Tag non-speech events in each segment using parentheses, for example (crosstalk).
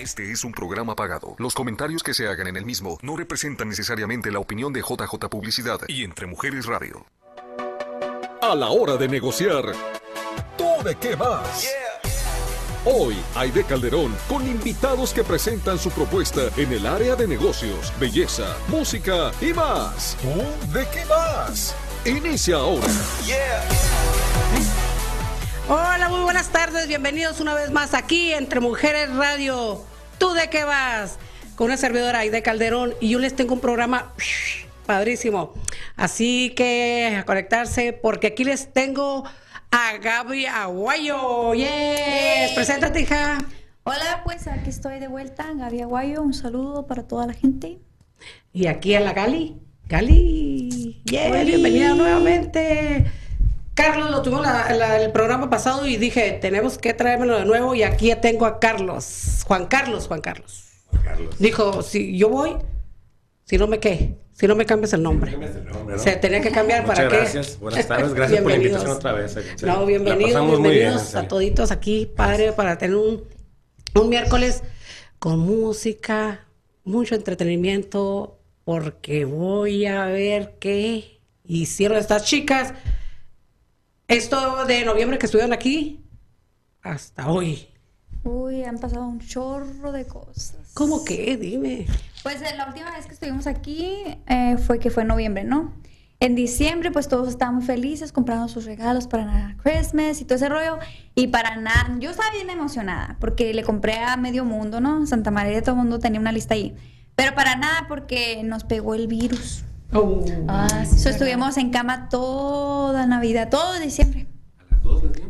Este es un programa pagado. Los comentarios que se hagan en el mismo no representan necesariamente la opinión de JJ Publicidad y Entre Mujeres Radio. A la hora de negociar, ¿tú de qué vas? Hoy, Aide Calderón, con invitados que presentan su propuesta en el área de negocios, belleza, música y más. ¿Tú de qué vas? Inicia ahora. Hola, muy buenas tardes, bienvenidos una vez más aquí entre Mujeres Radio. ¿Tú de qué vas? Con una servidora Aide Calderón y yo les tengo un programa (sniffs) ush, padrísimo. Así que a conectarse porque aquí les tengo a Gaby Aguayo. Yes, preséntate hija. Hola, pues aquí estoy de vuelta, Gaby Aguayo, un saludo para toda la gente. Y aquí a la Gali. Gali. Yes, bienvenida nuevamente. Carlos lo tuvo la- la- el programa pasado y dije, tenemos que traérmelo de nuevo y aquí ya tengo a Carlos. Juan Carlos, Juan Carlos. Dijo, si yo voy, si no me qué, si no me cambias el nombre. Este, Se tenía que cambiar Muchas para qué. gracias. Buenas tardes. Gracias por la Bienvenidos. invitación otra vez. En serio, No, La bienvenidos, pasamos muy bien. en bienvenidos a serio. toditos aquí, padre, para tener un, un miércoles con música, mucho entretenimiento, porque voy a ver qué hicieron estas chicas. Esto de noviembre que estuvieron aquí hasta hoy. Uy, han pasado un chorro de cosas. ¿Cómo que? Dime. Pues eh, la última vez que estuvimos aquí eh, fue que fue en noviembre, ¿no? En diciembre, pues todos estábamos felices, comprando sus regalos para na- Christmas y todo ese rollo. Y para nada, yo estaba bien emocionada porque le compré a medio mundo, ¿no? Santa María, todo el mundo tenía una lista ahí. Pero para nada porque nos pegó el virus. Ah, So, estuvimos en cama toda Navidad, todo diciembre.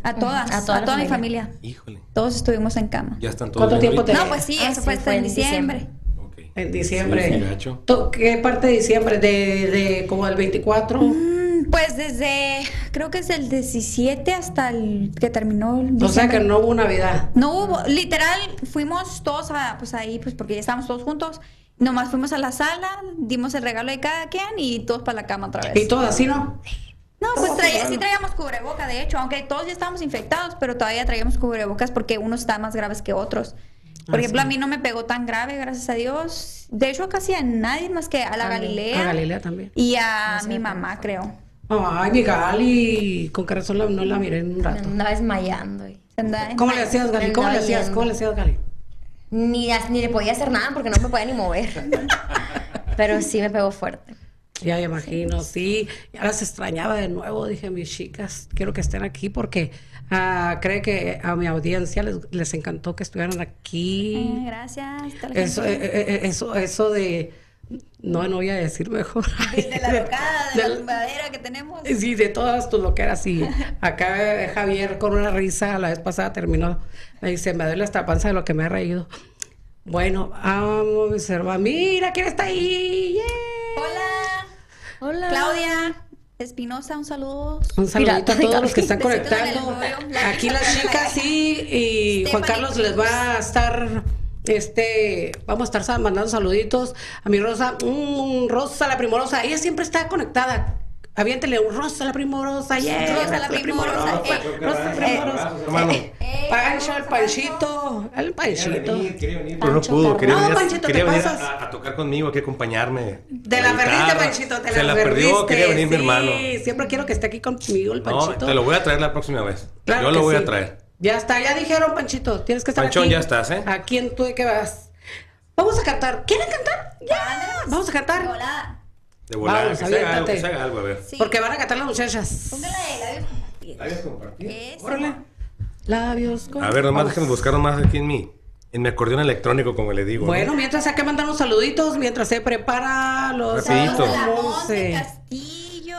A todas, a, toda, mi familia. Híjole. Todos estuvimos en cama. Ya están todos. ¿Cuánto bien tiempo eh, te- ahorita. No, pues sí, Ah, eso sí, fue hasta fue en en diciembre. Ok. En Sí, diciembre. gacho. To- ¿Qué parte de diciembre? ¿De, de como el 24? Mm, Pues desde, creo que es el 17 hasta el que terminó el O sea que diciembre. no hubo Navidad. No hubo, literal, fuimos todos a, pues ahí, pues porque ya estábamos todos juntos. Nomás fuimos a la sala, dimos el regalo de cada quien y todos para la cama otra Y vez. todo así, ¿no? No, pues traía, sí traíamos cubreboca, de hecho, aunque todos ya estábamos infectados, pero todavía traíamos cubrebocas porque unos estaban más graves que otros. Por Ah, ejemplo, sí. a mí no me pegó tan grave, gracias a Dios. De hecho, casi a nadie más que a la Galilea A Galilea también. y a mi mamá, creo. Ay, mi Gali, con que razón la- no la miré en un Me rato. andaba esmayando. y- Andaba en- ¿Cómo le hacías, Gali? ¿Cómo le hacías? ¿Cómo le hacías, Gali? Ni, as- ni le podía hacer nada porque no me podía ni mover. (laughs) Pero sí me pegó fuerte. Ya me imagino, sí. Ya las extrañaba de nuevo, dije, mis chicas, quiero que estén aquí porque ah, creo que a mi audiencia les, les encantó que estuvieran Eh, aquí. Gracias. toda la Eso, gente. eh, eh, eso, eso de... No, no voy a decir mejor. De, de la locada, de, la (laughs) Del- tumbadera que tenemos. Sí, de todas tus loqueras, sí. Acá eh, Javier con una risa la vez pasada terminó. Me dice, me duele esta panza de lo que me he reído. Bueno, vamos, observa. Mira quién está ahí. ¡Yay! Hola, Hola. Claudia Espinosa, un saludo. Un saludito a todos los (laughs) que están Besitos en el conectando. hoyo, la- Aquí las chicas, sí. Y Juan Stephanie Carlos les va a estar. Este, vamos a estar mandando saluditos a mi Rosa, mm, Rosa la Primorosa, ella siempre está conectada. Aviéntele un Rosa la Primorosa, yeah, Rosa la Primorosa, eh, Rosa la Primorosa. Hermano, Eh, Pancho, el Panchito, el Panchito. pero no pudo. Quería No, venir, a- Panchito, te quería venir pasas. a, a tocar conmigo, aquí a acompañarme. Te la Con perdiste, guitarra. Panchito, te Se la la perdió, perdiste. quería venir mi sí, hermano. siempre quiero que esté aquí conmigo el No, Panchito. te lo voy a traer la próxima vez. Claro Yo lo que voy sí. a traer. Ya está, ya dijeron, Panchito. Tienes que estar Panchón, aquí. ya estás, ¿eh? ¿A quién tú de qué vas? Vamos a cantar. ¿Quieren cantar? Ya. Vamos a cantar. Hola. De volada, Vamos, que se haga algo, aviéntate. que se haga algo, a ver. Sí. Porque van a cantar las muchachas. Póngala de labios compartidos. Eso. Órale. Labios con- A ver, nomás Eh, Vamos. déjame buscar ¿eh? nomás aquí en mi, en mi acordeón electrónico, como le digo. ¿no? Bueno, mientras acá mandan unos saluditos, mientras se prepara los Rapidito. saludos, La Monte Monse. Castillo.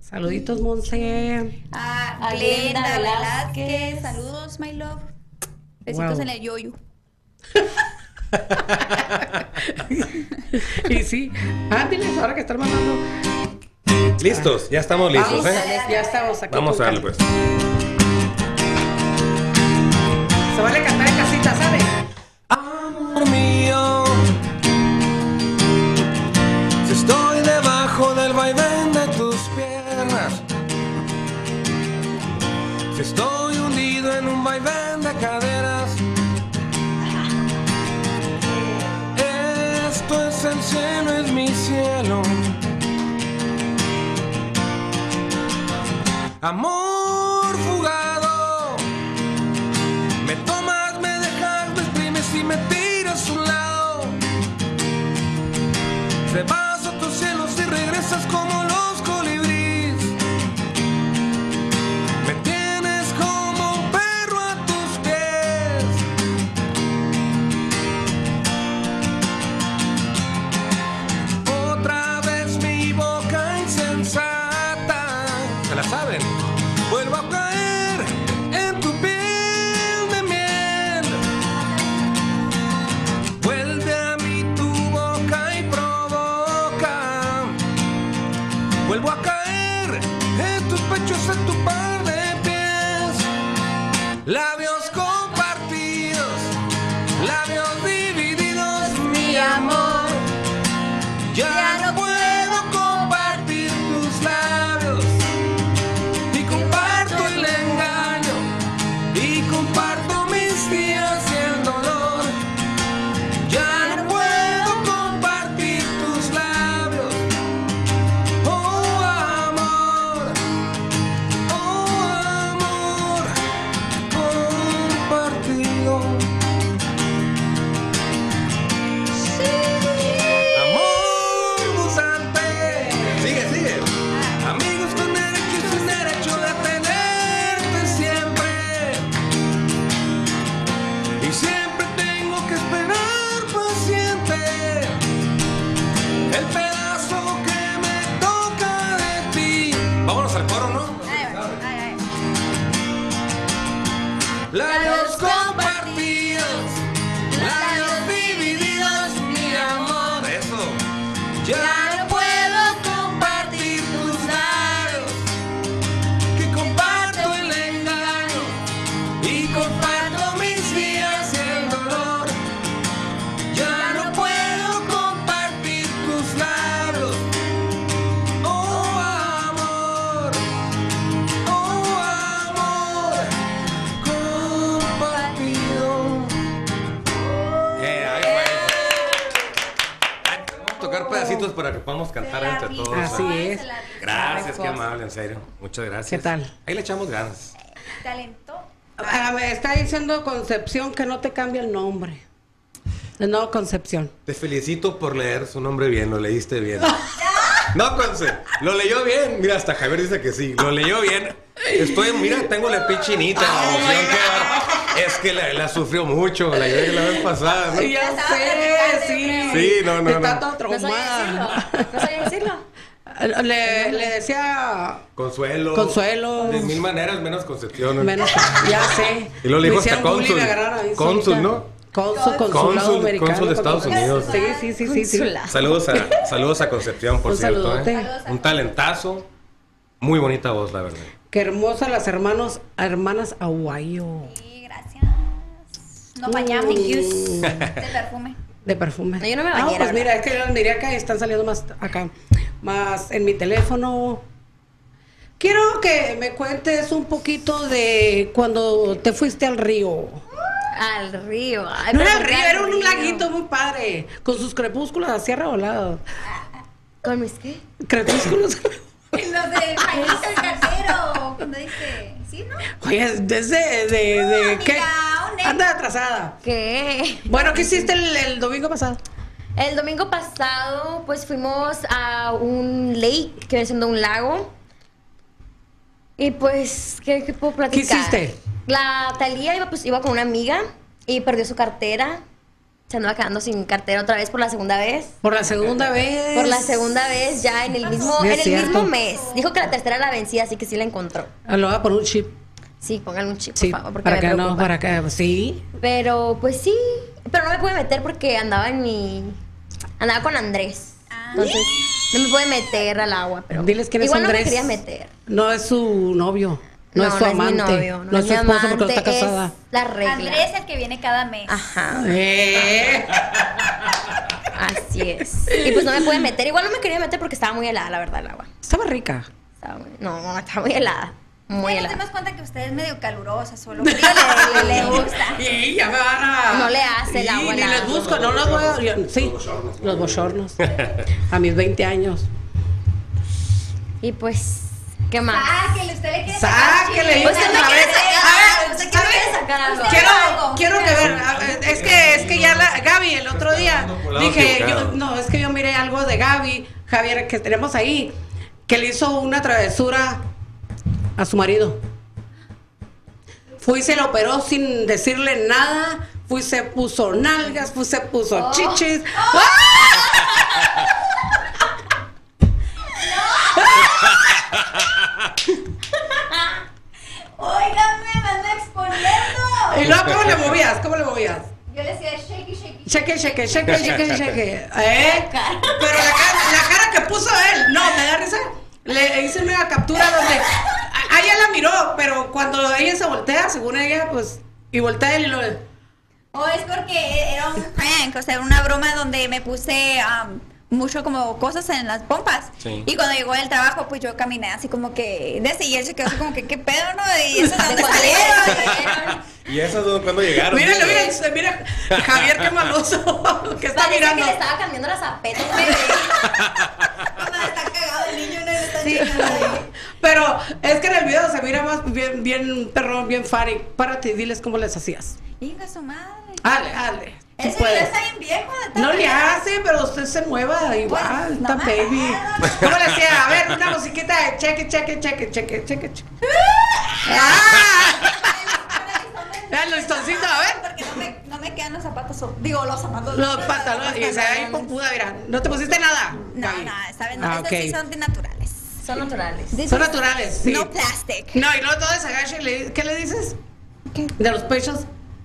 Saluditos, Monse. A A Glenda Glenda Velázquez. Velázquez. Saludos, my love. Besitos Wow. en el yoyo. y sí, ándiles, ahora que están mandando. Listos, ya estamos listos, Vamos, ¿eh? Ya estamos aquí. Vamos con a darle, calma. pues. pues. Se vale cantar en casita, ¿sabes? Amor mío, si estoy debajo del vaivén de tus piernas, si estoy hundido en un vaivén de caderas, tan lleno es mi cielo. Amor fugado, me tomas, me dejas, me exprimes y me tiras a un lado. Te vas a tus cielos y regresas como los colibríes. Me tienes como un perro a tus pies. Otra vez mi boca insensata. ¿Se la saben? Vuelvo a caer en tu piel de miel. Vuelve a mí tu boca y provoca. Vuelvo a caer en tus pechos, en tu par de pies. Labios compartidos, labios divididos, mi amor. Ya no puedo compartir tus labios y comparto el engaño y comparto mis días y el dolor. Ya no puedo compartir tus labios. Oh amor, oh amor, compartido. Amor busante. Sigue, sigue. Amigos con derecho y sin derecho de tenerte siempre. Y siempre tengo que esperar paciente el pedazo que me toca de ti. Vámonos al coro, ¿no? ay, ay. Labios compartidos, labios divididos, mi amor. Eso. Ya no puedo compartir tus labios, que comparto el engaño y comparto mis días y el dolor. Ya no puedo compartir tus labios. Oh amor, oh amor compartido. Tocar pedacitos para que podamos cantar entre todos. Así es. Gracias, qué amable, en serio. Muchas gracias. ¿Qué tal? Ahí le echamos ganas. Talento. A ver, está diciendo Concepción que no te cambie el nombre. No, Concepción. Te felicito por leer su nombre bien, lo leíste bien. No, Conce, lo leyó bien. Mira, hasta Javier dice que sí, lo leyó bien. Estoy, mira, tengo la pichinita, la emoción que va. Es que la, la sufrió mucho, la lloré la vez pasada. ¿no? Sí, ya estaba sé, terminando, sí. creo. Sí, no, no, Está no. toda No sabía traumada. decirlo. No sabía (laughs) decirlo. le, le decía Consuelo. Consuelo. De mil maneras, menos Concepción. ¿no? menos, ya sé. Y luego le dijo Me hasta hicieron bullying, cónsul. me agarraron ahí Cónsul, solita. ¿no? Cónsul, consulado Cónsul, americano. cónsul de Estados Unidos. Sí, sí, sí, sí. sí. Consulado. Saludos a, saludos a Concepción, por Un cierto. saludote. ¿eh? Un talentazo. Muy bonita voz, la verdad. Qué hermosa las hermanos, hermanas Aguayo Sí, gracias. No bañamos. Thank you. De perfume. (laughs) de perfume. No, yo no me Ah, bañé, pues la verdad. mira, es que yo diría que están saliendo más acá. Más en mi teléfono. Quiero que me cuentes un poquito de cuando te fuiste al río. Al río. Ay, No pero era el ¿por río, qué era al un río? laguito muy padre, con sus crepúsculos así arrebolados. ¿Con mis qué? Crepúsculos. (laughs) Los de pañito el cartero. Cuando dice. ¿Sí, no? Oye, desde de, de- No, ¿qué? amiga, un negro. Anda atrasada. ¿Qué? Bueno, ¿qué hiciste el, el domingo pasado? El domingo pasado, pues fuimos a un lake, que viene siendo un lago. Y pues, ¿qué, qué puedo platicar? hiciste? La Talía iba, pues, iba con una amiga y perdió su cartera. Se andaba quedando sin cartera otra vez por la segunda vez. Por la segunda vez. Por la segunda vez ya en el mismo, Sí, es en el cierto. mismo mes. Dijo que la tercera la vencía, así que sí la encontró. Ah, Lo voy a por un chip. Sí, pónganle un chip, Sí, por favor, porque para me acá no, preocupa. para acá, sí. Pero pues sí, pero no me pude meter porque andaba en mi andaba con Andrés. Ah. Entonces, no me pude meter al agua, pero Diles quién es igual Andrés. no me quería meter. No es su novio, no, es su mi amante, novio, no, es su mi esposo porque no está amante, es casada. la regla. Ah, Andrés, el que viene cada mes. Ajá, Eh. así es. Y pues no me pude meter. Igual no me quería meter porque estaba muy helada, la verdad, el agua. Estaba rica. Estaba muy- no, estaba muy helada. Muy Ya nos helada. dimos cuenta que usted es medio calurosa, solo frío le, le- le gusta. Y ya me van a. No le hace el Y agua Ni helada. les busco, no los voy a. yo- sí, los bochornos. A mis 20 años. Y pues, ¿qué más? Sáquele, usted le quiere Sáquele, chisme. yo Usted me le quiere clavé. sacar A ver, usted a quiere ver, sacar algo. Quiero, Algo, quiero que quiero ver, algo. a ver, es que, es que ya la, Gaby el otro día por lado dije, equivocado. yo- no, es que yo miré algo de Gaby, Javier, que tenemos ahí, que le hizo una travesura a su marido. Fui y se lo operó sin decirle nada, fui y se puso nalgas, fui y se puso chichis. Óigame, me ando exponiendo. Ah, Y luego, ¿cómo le movías? ¿Cómo le movías? Yo le decía shaky, shaky. Cheque, cheque, cheque, cheque, cheque. ¿Eh? Pero la cara, la cara que puso él, no, me da risa. Le hice una captura donde. A, a ella la miró, pero cuando ella se voltea, según ella, pues. Y voltea él y lo. O Oh, es porque era un prank, o sea, una broma donde me puse am, mucho como cosas en las pompas. Sí. Y cuando llegó del trabajo, pues yo caminé así como que de ese y él se quedó así como que, ¿qué pedo, no? Y eso (laughs) de dónde salieron. ¿Y esas dos cuándo llegaron? Míralo, mira, dice, mira, Javier, qué maloso. (laughs) que está pues, Parece mirando. que le estaba cambiando las zapetas. (laughs) está cagado el niño, no le está Sí. Pero es que en el video se mira más bien, bien perrón, bien funny. Párate y diles cómo les hacías. Hijo de su madre. Ale, ale. tú Ese puedes. ya está bien viejo. de Ah, No todas le maneras. hace, pero usted se mueva igual, Bueno, tan no baby. más. ¿Cómo le hacía? A ver, una musiquita de cheque, cheque, cheque, cheque, cheque, (laughs) cheque. ¡Ah! Vean, los listoncito, a ver. Porque no me, no me quedan los zapatos, so- digo, los zapatos. Los pantalones. Y se ve ahí pompuda, mira. ¿No te pusiste nada? No, Gaby? no, ¿saben? Ah, Estos sí ok. son de naturales. Son naturales. Son naturales, sí. No plastic. No, y luego todo se agacha y le ¿qué le dices? De los pechos.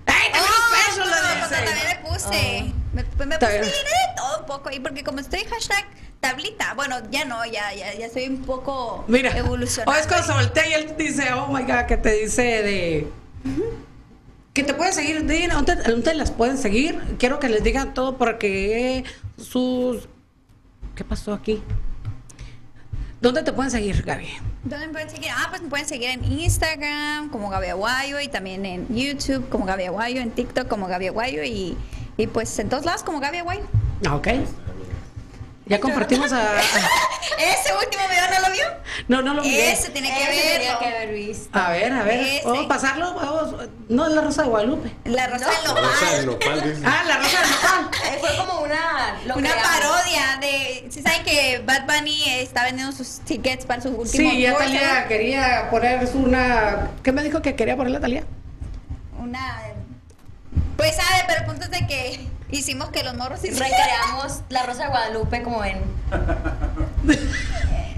¡Ay, de los pechos! no, no, Le Oh, también dice. Ah. me puse. Me, pues, me Está puse bien. de todo un poco. Y porque como estoy hashtag tablita, bueno, ya no, ya, ya, ya soy un poco Mira. O evolucionada. es cuando se voltea y él dice, oh my god, que te dice de. Que te pueden seguir, dile, ¿dónde, dónde las pueden seguir? Quiero que les digan todo porque sus. ¿Qué pasó aquí? ¿Dónde te pueden seguir, Gaby? ¿Dónde me pueden seguir? Ah, pues me pueden seguir en Instagram como Gaby Aguayo y también en YouTube como Gaby Aguayo, en TikTok como Gaby Aguayo y, y pues en todos lados como Gaby Aguayo. (laughs) Ah, ok. Ya compartimos a. a- Ese último video no lo vio. No, no lo miré. Ese tiene que Ese tenía verlo. que haber visto. A ver, a ver. Ese. ¿Vamos a pasarlo? Vamos. No, es la Rosa de Guadalupe. La Rosa del La rosa Nopal. del nopal, dice. Ah, la Rosa de Nopal. Eh, Fue como una... lo una creamos. parodia de. Si saben que Bad Bunny eh, está vendiendo sus tickets para su último Sí, ya tour, Talía ¿sabes? quería poner una. ¿Qué me dijo que quería poner la Talía? Una. Pues sabe, pero el punto es de que hicimos que los morros y (laughs) Recreamos la Rosa de Guadalupe como en...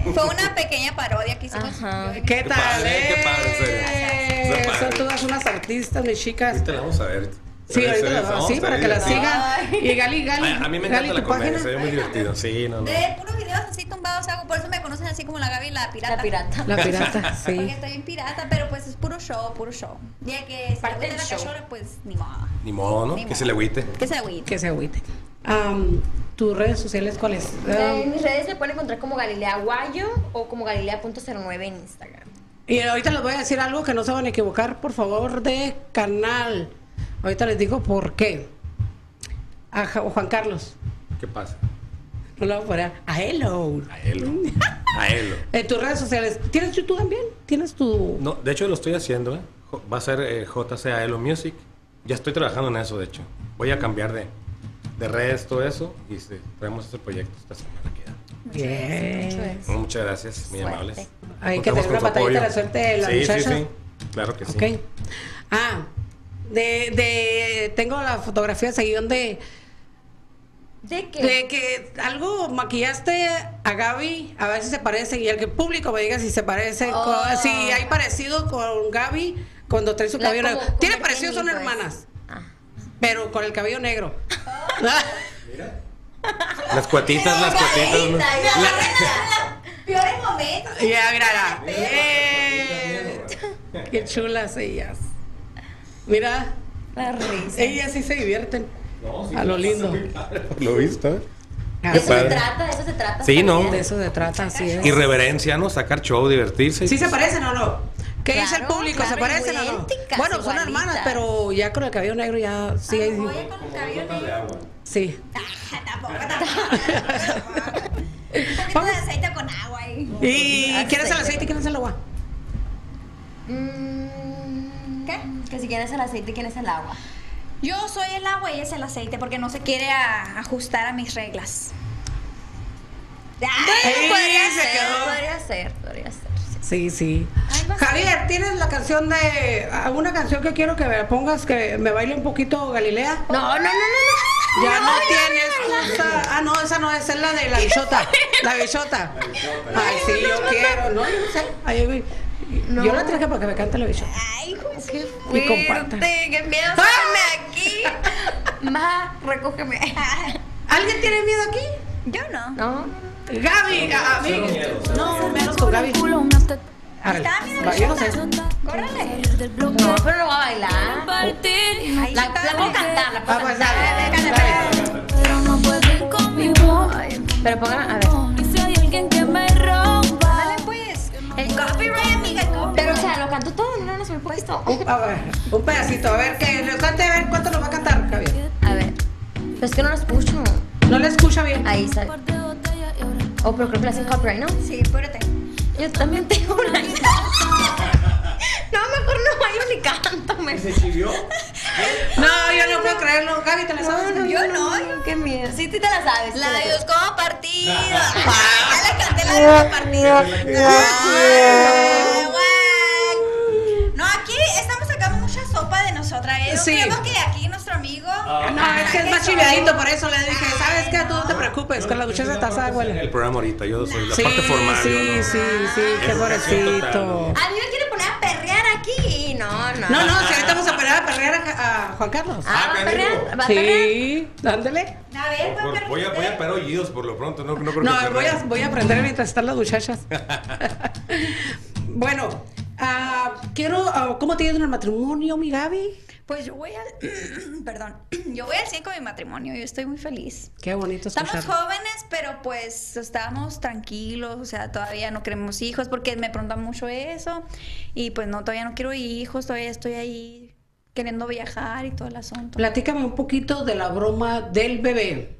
Fue una pequeña parodia que hicimos. Ajá. ¿Qué tal? padre, eh? qué padre, en serio. Está Son padre. todas unas artistas, mis chicas. Ahorita la vamos a ver. Sí, ahorita la vamos, sí, para que la siga sigan. Y Gali, Gali, A, a mí me Gali, encanta la tu comedia, página. se ve muy divertido. Sí, no, no. De puros videos así tumbados hago, por eso me conocen así como la Gaby la pirata. La pirata. La pirata, Porque sí. estoy bien pirata, pero pues es puro show, puro show. Ya que si Parte le del gusta la show. cachorra, pues ni modo. Ni modo, ¿no? Ni que modo. se le agüite. Que se agüite. Que se agüite. Am, ¿Tus redes sociales cuáles? (laughs) En Am, mis redes me pueden encontrar como Galilea Guayo o como Galilea.09 en Instagram. y ahorita les voy a decir algo que no se van a equivocar, por favor, de canal. Ahorita les digo por qué. A Ja- Juan Carlos. ¿Qué pasa? No lo voy a poner. A Hello. A él. A él. En tus redes sociales. ¿Tienes YouTube también? ¿Tienes tu.? No, de hecho lo estoy haciendo, ¿eh? Jo- Va a ser eh, JCA Elo Music. Ya estoy trabajando en eso, de hecho. Voy a cambiar de, de redes, todo eso, y sí, traemos ese proyecto esta semana. que ya. Eh. Bien. Bueno, muchas gracias, muy Suerte. amables. Hay que tener una Contamos con su batallita de apoyo. la suerte de la sí, muchacha. Sí, sí, claro que sí. Ok. Ah, de, de. Tengo la fotografía seguidón de. ¿De qué? De que algo maquillaste a Gaby, a ver si se parece, y el que el público me diga si se parece, Oh. con- si hay parecido con Gaby cuando trae su La- cabello como- negro. Tiene como parecido, son Jenny, pues. hermanas, Ah. pero con el cabello (laughs) negro. Ah, Las cuatitas, las cuatitas. ¿no? Peores momentos. Ya, (laughs) mira, mira. Eh, Qué chulas ellas. Mira, La risa. ellas sí se divierten. a lo lindo. Lo ¿eh? viste. Ah, De eso se padre. trata, de eso se trata. Sí, esta ¿no? vida. De eso se trata, así es. Irreverencia, ¿no? Sacar show, divertirse. ¿Sí se parecen o no? ¿Qué dice el Claro, público? ¿Se claro, parecen o no? idénticas, Bueno, son igualitas. Ah, hermanas, pero ya con el cabello negro ya sí hay. Oye, con el cabello negro. Sí. Tampoco, tampoco. Un poquito de aceite con agua ahí. ¿Y Aceite. quién es el aceite y quién es el agua? Mm, ¿Qué? Que si quieres el aceite, quieres el agua. Yo soy el agua y es el aceite porque no se quiere a- ajustar a mis reglas. Eh, Ahí podría se ser, quedó. podría ser, podría ser. sí. Sí, sí. Ay, va a Javier, ¿tienes la canción de. alguna canción que quiero que me pongas que me baile un poquito Galilea? No, no, no, no, no. Ya no, no, tienes excusa. Ah, no, esa no, esa es la de la (laughs) bichota. La bichota. Ay, sí, yo quiero. No, yo no sé. Ay, yo- No. Yo la traje para que me cante la bichota. Ay, pues qué Y compartan. fuerte, qué miedo ¡Ah! aquí. Ma, recógeme. ¿Alguien tiene miedo aquí? (laughs) Yo no. No, Gaby, a a mí. No, menos con Gaby. Árale. Está bien, Va, yo no sé. Córrele. no, pero no va a bailar. Compartir, La, la puedo cantar, la puedo Ah, pues, cantar. dale, Déjale, dale. pero no pueden conmigo. Pero pongan, a ver. Y si hay alguien que me rompa, Dale, pues. El copyright, amiga, el copyright. Pero, o sea, lo canto todo, no nos me he puesto. A ver, un pedacito, a ver que nos cante, a ver cuánto nos va a cantar, Javier. A ver. Pero es que no lo escucho. No la escucha bien. Ahí sale. par de botellas y ahora Oh, pero creo que le hacen copyright, ¿no? Sí, púrate. Yo también tengo una. (laughs) No, mejor no bailo ni canto. Me... No, yo no puedo creerlo. Gaby, ¿te la sabes? Yo no. Qué miedo. Sí, tú te la sabes. La de Dios. los compartidos. (laughs) Ya la canté la de los (laughs) compartidos. Ay, guay. No, aquí estamos sacando mucha sopa de nosotras. ¿eh? Yo Sí. creo que aquí nuestro amigo. Ah. No, es que es más chiviadito, por eso le dije, ¿sabes qué? Tú no te preocupes, con las muchachas estás a El huele. programa ahorita, yo soy la Sí, parte formal. yo sí, no- sí, sí, qué Educación pobrecito. total. A mí Ah, me quiere poner a perrear aquí. No, no. No, no, si ahorita vamos a parar a perrear a, Ja- a Juan Carlos. Ah, va a Ah, perrear. canijo. Va a perrear. Sí, ándale. A ver, Por- por- Voy a, voy a parar oídos por lo pronto, no, no creo No, que voy a, perreen. voy a aprender mientras están las muchachas. bueno, ah, quiero. ah, ¿Cómo te ha ido en el matrimonio, mi Gaby? Pues yo voy al. (clears throat) Perdón. Yo voy al 100 con mi matrimonio. Yo estoy muy feliz. Qué bonito Estamos escuchar. jóvenes, pero pues estábamos tranquilos, o sea, todavía no queremos hijos porque me preguntan mucho eso y pues no, todavía no quiero hijos, todavía estoy ahí queriendo viajar y todo el asunto. Platícame un poquito de la broma del bebé.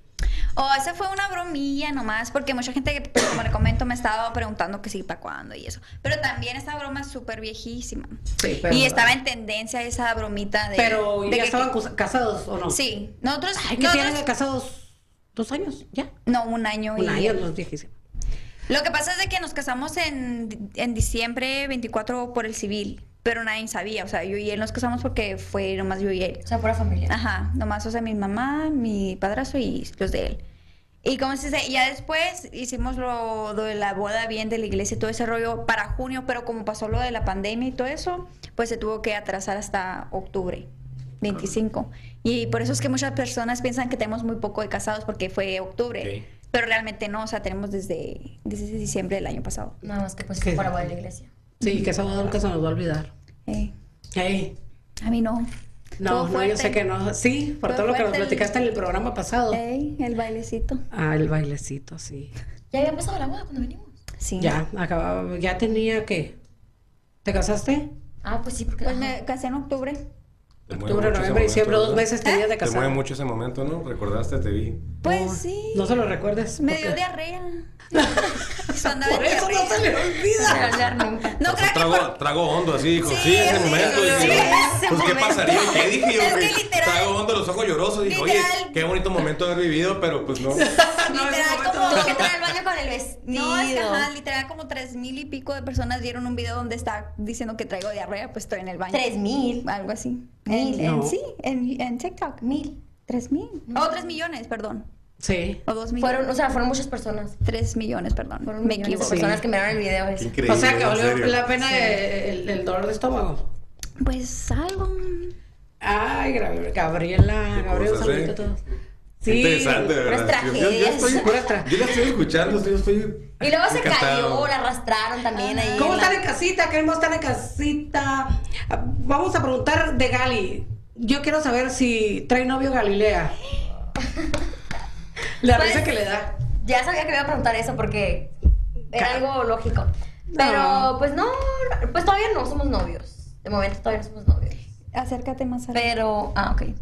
Oh, esa fue una bromilla nomás, porque mucha gente, que, pues, como le comento, me estaba preguntando que sí, para cuándo y eso. Pero también esa broma es súper viejísima. Sí, pero- y estaba en tendencia esa bromita de... Pero de ya que- estaban cus- casados o no? Sí, nosotros... Ay, que nosotros- tienen de casados dos años, ya. no, un año y... Un año, los viejísimos. Lo que pasa es de que nos casamos en, en diciembre 24 por el civil, pero nadie sabía. O sea, yo y él nos casamos porque fue nomás yo y él. O sea, pura familia. Ajá, nomás, o sea, mi mamá, mi padrazo y los de él. Y como se dice, ya después hicimos lo de la boda bien de la iglesia y todo ese rollo para junio, pero como pasó lo de la pandemia y todo eso, pues se tuvo que atrasar hasta octubre 25. Y por eso es que muchas personas piensan que tenemos muy poco de casados porque fue octubre, pero realmente no, o sea, tenemos desde, desde diciembre del año pasado. Nada más que pues ¿Qué? por agua de la iglesia. Sí, que eso nunca se nos va a olvidar. Eh, Ey, a mí no. No, Estuvo no, yo fuerte. sé que no. Sí, por Estuvo todo lo que nos fuerte el- Eh. platicaste en el programa pasado. Ey, el bailecito. Ah, el bailecito, sí. Ya había empezado la boda cuando venimos. Sí. Ya, acababa, ya tenía que. ¿Te casaste? Ah, pues sí, porque. Pues me casé en octubre. Te mueve Octubre, mucho ese noviembre, diciembre, momento, dos ¿verdad? meses tenías de Te mueve casado. mucho ese momento, ¿no? Recordaste, te vi. Pues No, sí. No se lo recuerdes. Me porque- (laughs) dio diarrea. Por eso no se le (laughs) olvida. hablar nunca. No creo que trago, por- trago hondo así, dijo, sí, Sí, ese sí, momento. sí, y sí, yo, ese pues, ¿qué momento. pasaría? ¿Qué dije yo? Es que güey? literal- trago hondo, los ojos llorosos. Dije, oye, literal- qué bonito momento haber vivido, pero pues (laughs) no. No, ese literal momento como no. Tuve que entrar al baño con el vestido. No, es que ajá, literal como tres mil y pico de personas dieron un video donde está diciendo que traigo diarrea, pues estoy en el baño. (laughs) Tres mil. Algo así. Mil. En, en- No. sí, en, en TikTok. Mil. Tres mil. Oh, tres millones, perdón. Sí. O dos millones. Fueron, o sea, fueron muchas personas. tres millones, perdón. Fueron Me millones de equivoco. personas que miraron el video Qué ese. Increíble. O sea, que en valió serio. la pena el, el dolor de estómago. Pues algo. Ay, Gabriela, Gabriela, Qué Gabriela, un cosas, saludito ¿eh? a todos. Qué Interesante, de puras ¿verdad? Yo- Yo, yo tragedias. estoy, Puras tra- yo la estoy escuchando, estoy- yo estoy. Y luego se encantado. cayó, la arrastraron también ahí. ¿Cómo en la- están en casita? Queremos estar en casita. Ah, Vamos a preguntar de Gali. Yo quiero saber si trae novio Galilea. La Pues- risa que le da. Pues, Ya sabía que me iba a preguntar eso porque era algo lógico. Pero pues no, pues todavía no somos novios. De momento todavía no somos novios. Acércate más a Pero, ah, ok.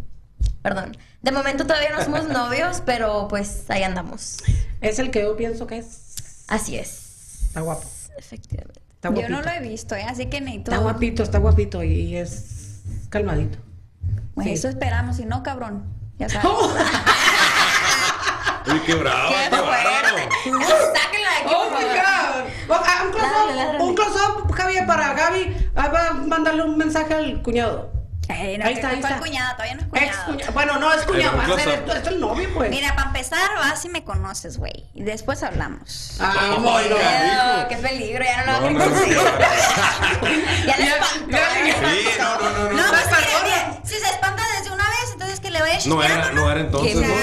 Perdón. De momento todavía (laughs) no somos novios, pero pues ahí andamos. Es el que yo pienso que es. Así es. Está guapo. Efectivamente. Está guapito. Yo no lo he visto, ¿eh? así que necesito. Está guapito, está guapito y- y es calmadito. Pues sí. eso esperamos, si no, cabrón. (laughs) Ya sabes. Uy, qué bravo. ¡Qué qué bárbaro. fuerte! (laughs) ¡Sáquenla de aquí, Oh por my favor. God. Oh, ah, Un Lárale, close-up, lárale. un close-up, Javier, para Gaby. Ah, va a mandarle un mensaje al cuñado. Eh, no, Ahí que está, no ahí fue el está. cuñado, todavía no es Ex cuñado. cuñado. Bueno, no es cuñado, Ahí va, va un a ser close-up. esto, esto es el novio, pues. Mira, para empezar, vas y me conoces, güey. Y después hablamos. Ah, my God. Miedo, ¡Qué peligro! Ya no lo No, voy a no, no, qué conseguir. bárbaro. Ya le Ya- espantó. ya le- ¿eh? Sí, no, no, no, no. No, pues que perdona. mire, si se espanta desde una vez, entonces que le vaya No (laughs) era- chismeando, no era entonces, ¿no? Exacto,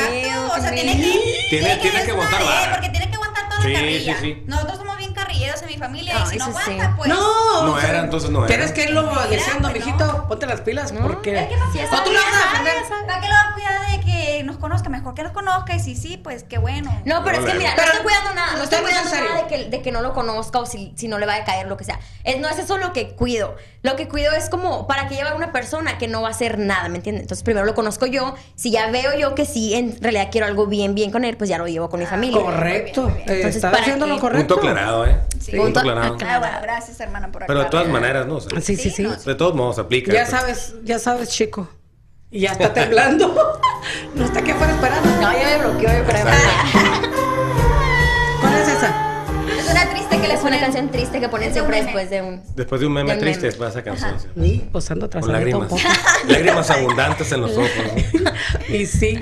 o sea, Qué tiene que... feo, Tiene- tiene desde que una aguantar vez, vara. Porque tiene que aguantar toda Sí, la carrilla. sí, sí. Nosotros somos bien carrilleros en mi familia Ah, y si no eso sí. aguanta, pues... No, No o sea, era, entonces no era. Tienes que irlo diciendo, pues, no. mijito, ponte las pilas, porque. ¿Qué pasa? O tú lo vas a defender. ¿Para qué lo va a cuidar de que nos conozca? Mejor que nos conozca y si sí, pues qué bueno. No, pero es que mira, Pero- no estoy cuidando nada, no no estoy estoy cuidando en serio. nada de que, de que no lo conozca o si, si no le vaya a caer lo que sea. Es, no es eso lo que cuido. Lo que cuido es como para que lleve a una persona que no va a hacer nada, ¿me entiendes? Entonces primero lo conozco yo, si ya veo yo que sí, en realidad quiero algo bien, bien con él, pues ya lo llevo con mi familia. Ah, Correcto. Muy bien, muy bien. eh, Entonces, Estás ¿para haciendo lo qué? correcto. Punto aclarado, ¿eh? Sí. Punto Punto aclarado. Ah, bueno, gracias, hermana, por Pero de todas aclarar. maneras, ¿no? O sea, Sí, sí, sí. no, De todos modos, aplica. Ya Pues. sabes, ya sabes, chico. Y ya está temblando. (laughs) no está aquí afuera esperando. No, ya me bloqueó, yo creo. ¿Cuál es esa? Es una triste que les (laughs) Es una ponen canción triste que ponen De un siempre meme. después de un... Después de un meme De un triste, meme. es esa canción. sí. Y posando atrás. Con lágrimas. (laughs) Lágrimas abundantes en los ojos. ¿no? (laughs) Y sí.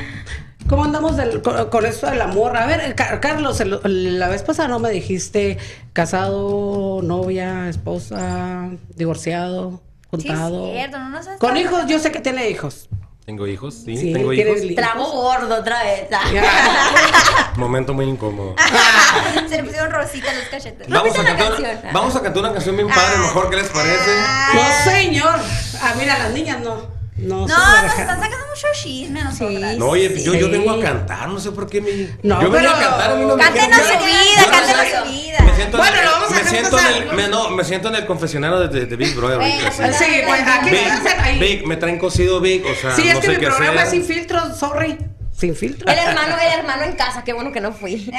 ¿Cómo andamos del- con, con eso del amor? A ver, eh, Car- Carlos, el- el- la vez pasada no me dijiste casado, novia, esposa, divorciado, juntado. Sí, es cierto, no nos has con hablado. hijos, yo sé que tiene (laughs) hijos. ¿Tengo hijos? Sí, Sí, tengo hijos. tienes li- Trago gordo otra vez. ah. Momento muy incómodo. (laughs) Se le pusieron rosita en los cachetes. No, Vamos a, pues es Ah, la cantar, canción. Ah. vamos a cantar una canción bien padre, mejor, ¿qué les parece? No, señor. Ah, mira, las niñas no. No, No, se van a nos dejar. están sacando mucho chisme a nosotras. No, oye, yo, yo Sí. vengo a cantar, no sé por qué mi. No, yo vengo a pero- cantar, a mí no me Cántenos dijeron su que- vida, Yo no cántenos sé- su vida. Me siento, en Bueno, el- lo vamos a me dejar siento en el, pasar. me- no, me siento en el confesionario de, de- de Big Brother. Bueno, ahorita, sí. pues, Sí, pues, aquí Big, vas a hacer ahí. Big, me traen cocido Big, o sea, Sí, es no que sé mi qué programa es hacer. (laughs) sin filtro, sorry. Sin filtro. (laughs) El hermano, el hermano en casa, qué bueno que no fui.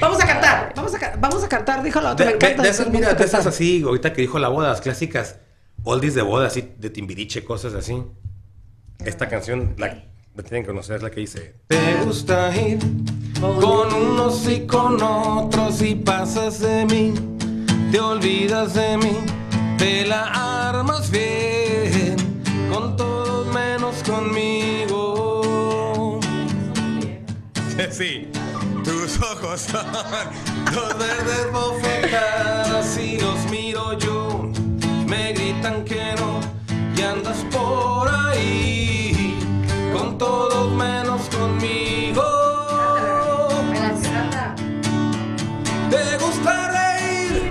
Vamos a cantar, vamos a, ca- vamos a cantar, dijo la De, otra. me de- encanta de decir, esas, mira, vamos a de esas cantar. así, ahorita que dijo la boda, las clásicas oldies de boda, así, de timbiriche, cosas así. Esta canción, la, la tienen que conocer, es la que dice... Te gusta ir con unos y con otros y pasas de mí, te olvidas de mí, te la armas bien, con todos menos conmigo. (laughs) Sí, tus ojos son (laughs) dos verdes bofetadas y los miro yo. Me gritan que no y andas por ahí con todos menos conmigo. Te gusta reír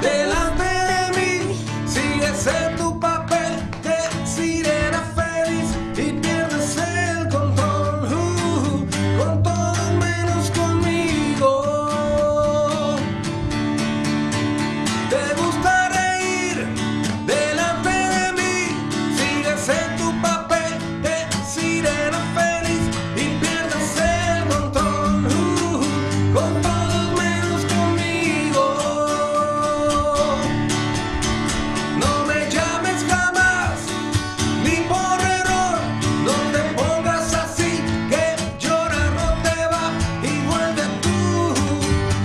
delante de mí, sigues en tu papel de sirena feliz y pierdes el control uh, uh, con todo menos conmigo. Te gusta reír delante de mí, sigues en tu papel de sirena feliz y pierdes el control uh, uh, con todo menos conmigo. No me llames jamás, ni por error, no te pongas así, que llorar no te va y vuelve tú,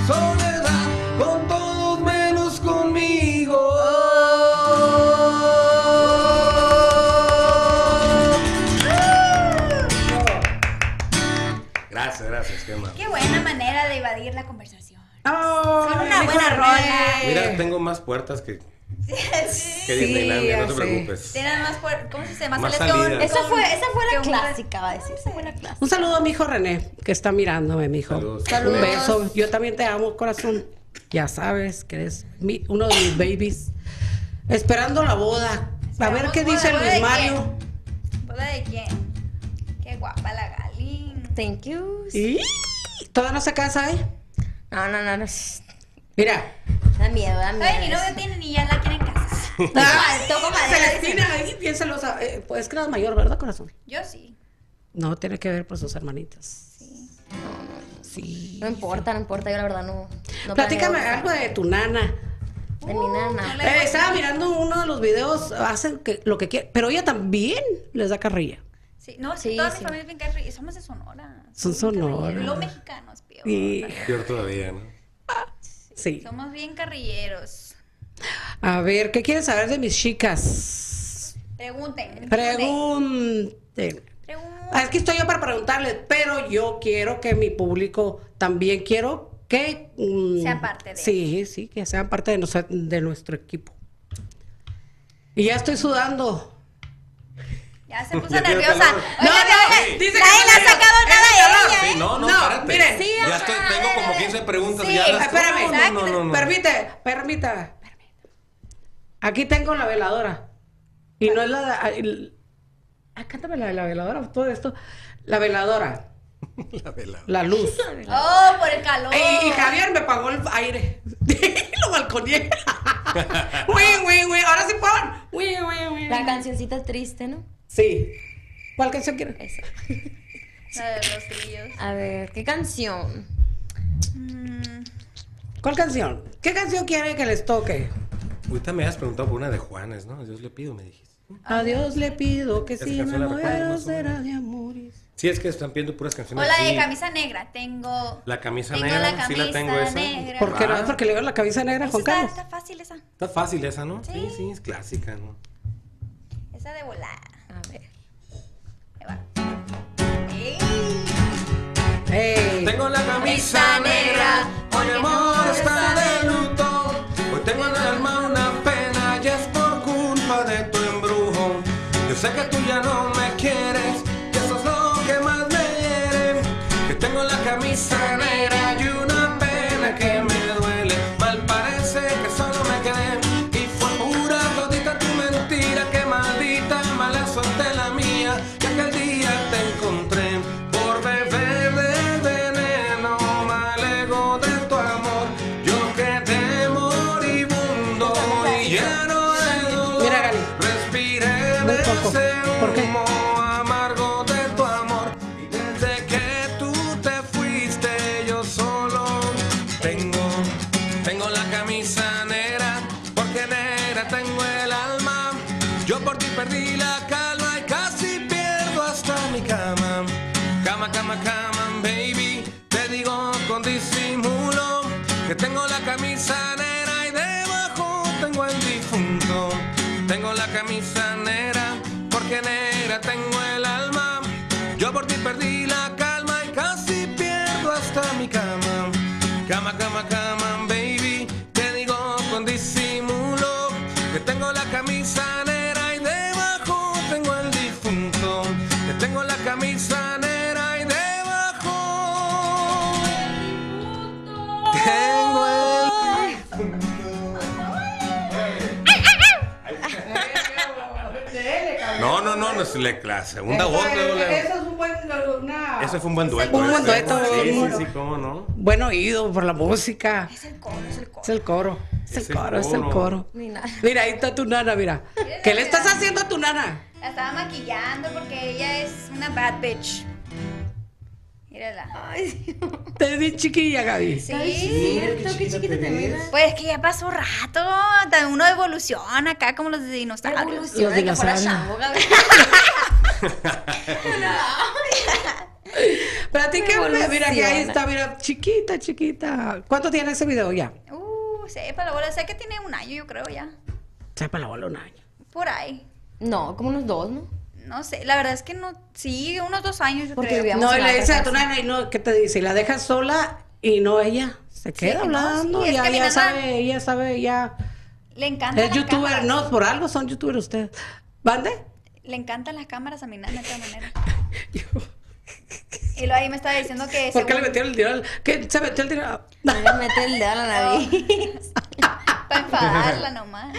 soledad, con todos menos conmigo. Gracias, gracias, qué mal. Qué buena manera de evadir la conversación. Oh, Con una hijo buena de rola. René. Mira, tengo más puertas que, que Sí, Disneylandia, no te así. preocupes. Tienen más fuer- ¿Cómo se llama? Más Selección. salida. Esa fue, esa fue Qué la buena- clásica, va a decir. Esa fue la clásica. Un saludo a mi hijo René, que está mirándome, mi hijo. Saludos. Un Saludos. beso. Yo también te amo, corazón. Ya sabes que eres mi- uno de mis babies. Esperando la boda. A ver Esperamos qué boda, dice ¿boda Luis de Mario. ¿Boda de quién? Qué guapa la Galín. Thank you. ¿Y? ¿Todavía no se casa, eh? No, no, no, no. Mira. Da miedo, da miedo. Ay, ni novio tienen y ya la quieren (laughs) casar. Ah, Faltó comadre. Celestina, ahí piénsalo. o sea, eh, pues es que eras mayor, ¿verdad, corazón? Yo sí. No, tiene que ver por sus hermanitas. Sí. No importa, no importa, yo la verdad no. no Platícame planeo algo de tu nana. De mi nana. Uh, no Eh, estaba mirando uno de los videos, hacen que, lo que quieren, pero ella también les da carrilla. Sí, no, Sí, sí, toda sí. mi familia es bien carri- Somos de Sonora. Son Somos bien Sonora. carrilleros. Los mexicanos, peor. Y, Peor todavía, ¿no? sí. Somos bien carrilleros. A ver, ¿qué quieren saber de mis chicas? Pregunten. Pregunten. Pregunten. Ah, Es que estoy yo para preguntarles, pero yo quiero que mi público también quiero que mm, Sea parte de. Sí, sí, que sean parte de, nosa- de nuestro equipo. Y ya estoy sudando. Ya se puso Ya tiene nerviosa. calor. Oigan, oigan, dice que nadie no le tiene- ha sacado es nada calor. de ella, Sí, ¿eh? no, no, No, espérate. miren. Sí, ya ajá, estoy, tengo como 15 preguntas. Sí, ya las- espérame. Ah, No, no, no, no. Permite, permita. Aquí tengo la veladora. Y no es la. de- el- Ah, cántame la de la veladora, todo esto. La veladora, (laughs) La vela. la luz. (laughs) Oh, por el calor. Y, y Javier me pagó el aire. (laughs) Lo balconeé. (laughs) Uy, uy, uy. Ahora sí pon. Uy, uy, uy. La cancioncita triste, ¿no? Sí. ¿Cuál canción quieres? Esa. La de los trillos. A ver, ¿qué canción? Mm, ¿Cuál canción? ¿Qué canción quiere que les toque? Ahorita me has preguntado por una de Juanes, ¿no? Dios le pido, me dijiste. A Dios le pido que Esa si me canción la recuerdo, muero más o menos. será de amores. Sí, es que están pidiendo puras canciones. O la de así. camisa negra. Tengo. La camisa tengo negra, la sí camisa la tengo esa. negra. ¿Por qué no? Ah. Porque le veo la camisa negra a Esa Juan está, Carlos. está fácil esa. Está fácil esa, ¿no? Sí, Sí. sí, es clásica, ¿no? Esa de volada. A ver. Ahí va. Ey. Ey. Tengo la camisa negra, hoy mi amor está de luto. Hoy tengo en el alma una pena y es por culpa de tu embrujo. Yo sé que tú ya no me quieres, que eso es lo que más me hiere. Que tengo la camisa negra y una pena que me duele. Mal parece que solo me quedé y fue pura todita tu mentira. Que maldita mala suerte la mía, que aquel día te encontré por beber de veneno, malego de tu amor. Yo quedé moribundo y lleno de dolor. Mira, Gali. Respiré Muy de poco. ese ¿Por qué? humo amargo de tu amor. Y desde que tú te fuiste, yo solo tengo, tengo la camisa negra, porque negra tengo el alma. Yo por ti perdí la calma y casi pierdo hasta mi cama. Cama, cama, cama, baby. Te digo con disimulo que tengo la camisa negra y debajo tengo el difunto. Tengo la camisa negra porque negra tengo el alma. Yo por ti perdí la calma y casi pierdo hasta mi cama. Cama, cama, cama, baby. Te digo con disimulo que tengo la camisa negra y debajo tengo el difunto. Que tengo la camisa negra y debajo tengo el No, no, no, no es la clase. Segunda voz, luego la- Eso es un buen. una- Ese fue un buen dueto. Un buen ese. dueto, Sí, un- sí, sí, cómo no. Buen oído por la música. Es el coro, es el coro. Es el coro. Es el coro, es el coro. Ni nada. Mira, ahí está tu nana, mira. ¿Qué le estás haciendo a tu nana? La estaba maquillando porque ella es una bad bitch. Mírala. Te vi chiquilla, Gaby. Sí. Pues que ya pasó rato. ta- Uno evoluciona acá como los dinosaurios. Los Ay, que fuera dinosaurios. Shango, Gabriel. Platícame, mira, que ahí Evoluciona. está, mira, chiquita, chiquita. ¿Cuánto tiene ese video ya? Uh, sepa la bola. Sé que tiene un año, yo creo ya. Sepa la bola un año. Por ahí. No, como unos dos, ¿no? No sé. La verdad es que no. Sí, unos dos años, yo Porque creo. vivíamos No, y en le otra dice a casa. tu nana, y no, ¿qué te dice? Y la dejas sola y no ella. Se queda no, hablando, sí, es ya, que mi ya nana- sabe, ella sabe, ya. Le encantan Es las youtuber, cámaras. no, por algo son youtuber ustedes. ¿Bande? Le encantan las cámaras a mi nana de todas maneras. Y luego ahí me estaba diciendo que. (laughs) ¿Por qué le según- metieron el dinero? ¿Qué? ¿Se metió el dinero? No le mete el dedo a la nariz. Para enfadarla nomás.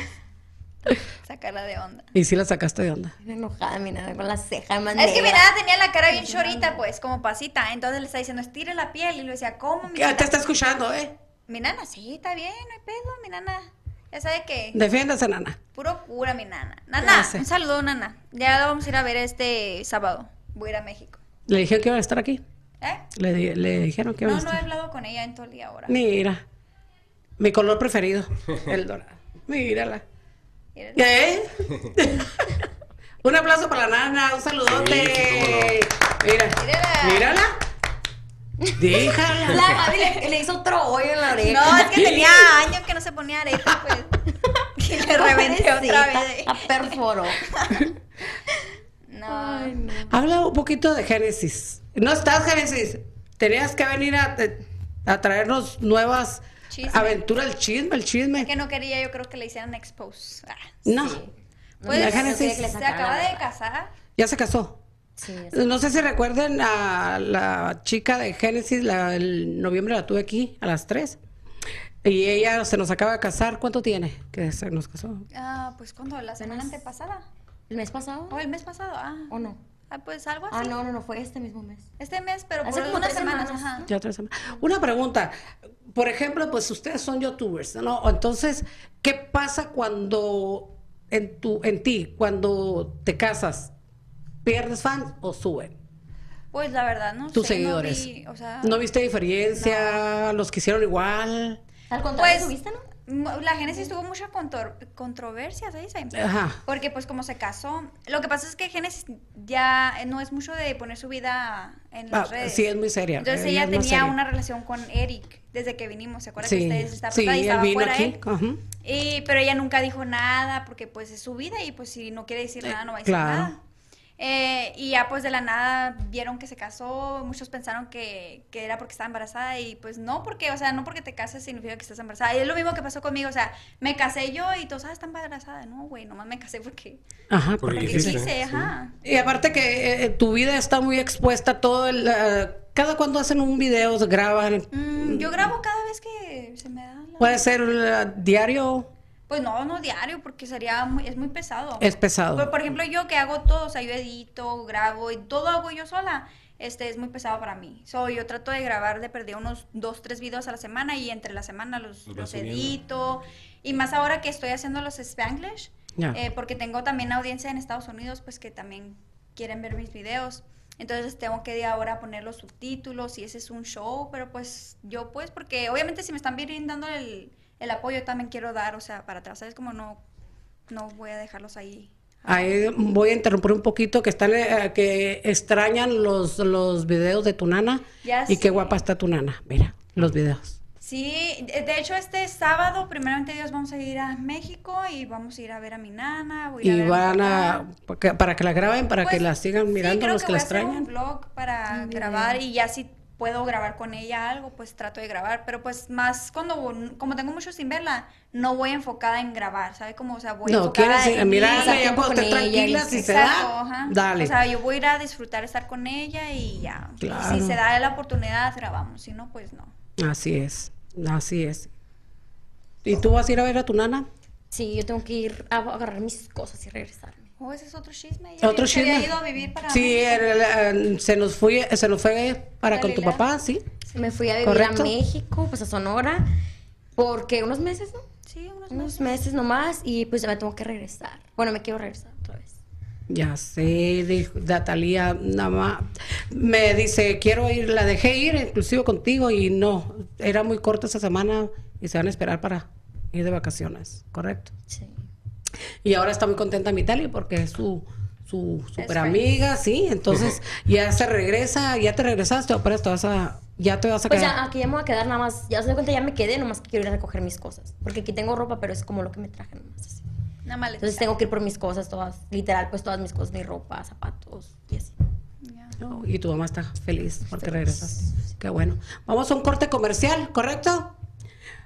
Sacarla de onda. (laughs) Y sí la sacaste de onda. Bien enojada, mi nana, con la ceja más Es que negra. mi nana tenía la cara bien chorita, pues, como pasita. Entonces le estaba diciendo, estire la piel. Y le decía, ¿cómo, mi Ya te está escuchando, ¿eh? Mi nana, sí, está bien, no hay pedo, mi nana. Ya sabe que. Defiéndase, nana. Puro cura, mi nana. Ya Nana, sé. un saludo, nana. Ya la vamos a ir a ver este sábado. Voy a ir a México. Le dijeron que iba a estar aquí. ¿Eh? Le, di- le dijeron que iba a No, no he estar. hablado con ella en todo el día ahora. Mira. Mi color (laughs) preferido, el dorado. Mírala. Mira, ¿Qué? (laughs) un aplauso para la nana, un saludote. Mira. Mírala. Mírala. Déjala. La (laughs) Gaby le, le hizo otro hoyo en la oreja. (laughs) No, es que tenía años que no se ponía aretes, pues. (laughs) Y le reventé otra vez. La perforó. No. Habla un poquito de Génesis. No estás, Génesis. Tenías que venir a, eh, a traernos nuevas Chisme. aventuras, el chisme, el chisme. Que no quería, yo creo que le hicieran expose. Ah. No. Pues La Génesis se le sacaran acaba la de verdad. casar. Ya se casó. Sí, es- No sé si recuerden a la chica de Génesis, la, el noviembre la tuve aquí a las 3. Y ella se nos acaba de casar. ¿Cuánto tiene que se nos casó? Ah, pues cuando la semana antepasada. ¿El mes pasado? O el mes pasado, ah. ¿O no? Ah, pues algo así. Oh. Ah, no, no, no, fue este mismo mes. Este mes, pero Hace por como unas tres semanas, semanas, ajá. Ya tres semanas. Una pregunta. Por ejemplo, pues ustedes son youtubers, ¿no? Entonces, ¿qué pasa cuando en tu, en ti, cuando te casas, pierdes fans o suben? Pues la verdad, no Tus sé, seguidores. No vi, o sea, ¿No viste diferencia? ¿Los quisieron igual? Al contrario, pues, ¿subiste, no? mu- la Génesis tuvo mucha contor- controversia, se dice. Ajá. Porque pues como se casó, lo que pasa es que Génesis ya eh, no es mucho de poner su vida en las Ah, redes. sí, es muy seria. Entonces Ella ella es muy tenía seria. una relación con Eric desde que vinimos, ¿se acuerdan que ustedes estaban sí, y él estaba vino fuera aquí. él? ajá. Y, pero ella nunca dijo nada porque pues es su vida y pues si no quiere decir Eh, nada no va a decir claro. nada. Eh, y ya pues de la nada vieron que se casó, muchos pensaron que, que era porque estaba embarazada y pues no porque, o sea, no porque te cases significa que estás embarazada. Y es lo mismo que pasó conmigo, o sea, me casé yo y todos, ah, está embarazada. No, güey, nomás me casé porque, Ajá, Porque porque quisiste, sí. quise, ajá. Y aparte que eh, eh, tu vida está muy expuesta a todo el... eh, cada cuando hacen un video, se graban. Mm, yo grabo cada vez que se me da la... Puede ser eh, diario, Pues no, no diario, porque sería muy- es muy pesado. es Por, pesado. Pues, por ejemplo, yo que hago todo, o sea, yo edito, grabo y todo hago yo sola, este es muy pesado para mí. So, yo trato de grabar de perder unos dos, tres videos a la semana y entre la semana los, Los vas los edito. Y más ahora que estoy haciendo los Spanglish, Ya. eh, porque tengo también audiencia en Estados Unidos, pues que también quieren ver mis videos. Entonces tengo que de ahora poner los subtítulos y ese es un show, pero pues yo pues, porque obviamente si me están brindando el, el apoyo, yo también quiero dar, o sea, para atrás, ¿sabes? Como no, no voy a dejarlos ahí. Ahí voy a interrumpir un poquito que están eh, que extrañan los, los videos de tu nana Ya y qué sé. guapa está tu nana. Mira, los videos. Sí, de de hecho este sábado, primeramente Dios, vamos a ir a México y vamos a ir a ver a mi nana. voy a ir a Y ver mi van a papá. para que- para que la graben, para que Pues, la sigan sí, mirando creo los que, que la voy a hacer un extrañan. vlog para grabar y ya si puedo grabar con ella algo, pues trato de grabar, pero pues más cuando como tengo mucho sin verla, no voy enfocada en grabar, ¿sabes? Como, o sea, voy No, enfocada quieres ir a en mirarla mí. ya tiempo cuando con estés ella y- tranquila, si se Exacto, da, ajá. dale. O sea, yo voy a ir a disfrutar estar con ella y ya. Claro. Si se da la oportunidad, grabamos, si no, pues no. Así es, así es. ¿Y tú vas a ir a ver a tu nana? Sí, yo tengo que ir a agarrar mis cosas y regresarme. Oh, ese es otro chisme. ya ¿Otro vi que chisme? había ido a vivir para Sí, México. el- el- se nos fue, se nos fue para con tu Galilea. papá, sí. Me fui a vivir Correcto. a México, pues a Sonora, porque unos meses, ¿no? Sí, unos meses. Unos meses nomás y pues ya me tengo que regresar. Bueno, me quiero regresar otra vez. Ya sé, dijo Datalía, nada más. Me dice, quiero ir, la dejé ir inclusive contigo y no, era muy corta esa semana y se van a esperar para ir de vacaciones, correcto. Sí. Y ahora está muy contenta mi Tali porque es su, su super amiga, sí, entonces ya se regresa, ya te regresaste, pero te vas a, ya te vas a Pues quedar. ya, aquí ya me voy a quedar nada más. Ya se doy cuenta, ya me quedé, nomás que quiero ir a recoger mis cosas. Porque aquí tengo ropa, pero es como lo que me traje nomás así. Una maleta. Entonces tengo que ir por mis cosas todas, literal, pues todas mis cosas, mi ropa, zapatos y así. No, y tu mamá está feliz porque regresas. Qué bueno. Vamos a un corte comercial, ¿correcto?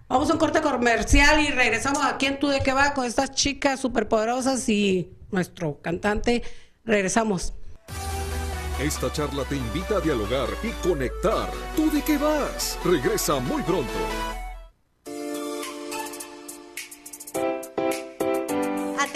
Vamos a un corte comercial y regresamos aquí en Tú de qué va con estas chicas superpoderosas y nuestro cantante. Regresamos. Esta charla te invita a dialogar y conectar. ¿Tú de qué vas? Regresa muy pronto.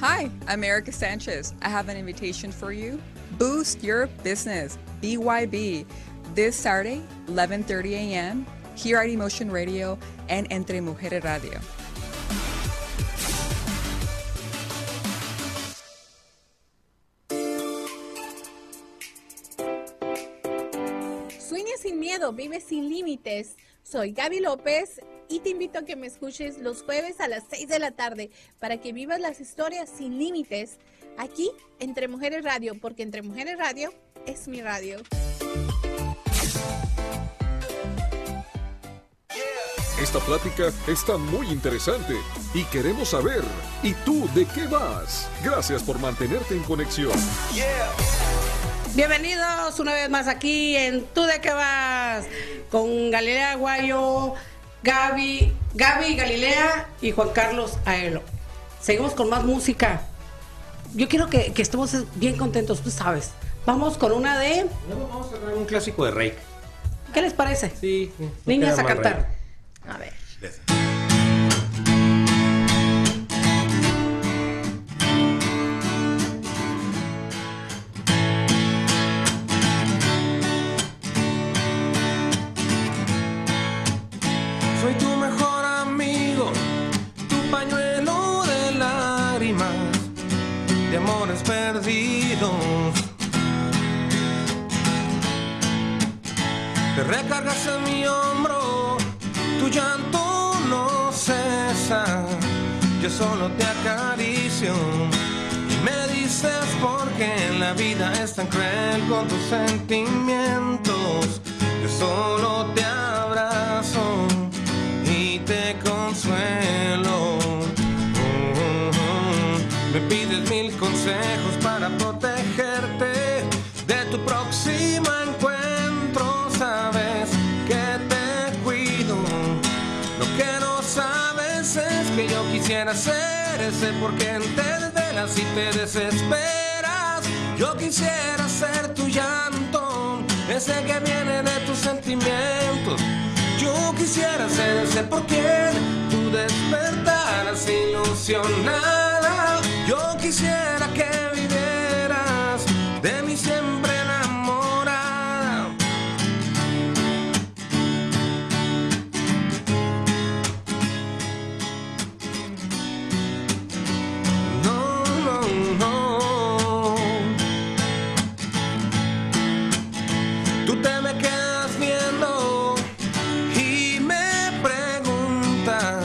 Hi, I'm Erica Sanchez. I have an invitation for you. Boost your business, BYB, this Saturday, 11:30 a.m. here at Emotion Radio and Entre Mujeres Radio. Sueña sin miedo, vive sin límites. Soy Gaby López y te invito a que me escuches los jueves a las 6 de la tarde para que vivas las historias sin límites aquí entre Mujeres Radio, porque entre Mujeres Radio es mi radio. Esta plática está muy interesante y queremos saber, ¿y tú de qué vas? Gracias por mantenerte en conexión. Bienvenidos una vez más aquí en Tú de qué vas con Galilea Aguayo, Gaby, Gaby Galilea y Juan Carlos Aelo. Seguimos con más música. Yo quiero que, que estemos bien contentos, tú sabes. Vamos con una de. Luego vamos a ver un clásico de Rake. ¿Qué les parece? Sí. sí, no Niñas queda a mal cantar. Rake. A ver. Soy tu mejor amigo, tu pañuelo de lágrimas, de amores perdidos. Te recargas en mi hombro, tu llanto no cesa, yo solo te acaricio. y Me dices por qué la vida es tan cruel con tus sentimientos. Yo solo te abrazo y te consuelo. Mm, Me pides mil consejos para protegerte de tu próximo encuentro. Sabes que te cuido. Lo que no sabes es que yo quisiera ser ese porque entenderás y te desesperas. Yo quisiera ser tu llanto, ese que viene de tus sentimientos. Yo quisiera ser ese por quien tú despertaras ilusionada. Yo quisiera que vivieras de mí siempre enamorada. No, no, no. Tú te me quedas viendo y me preguntas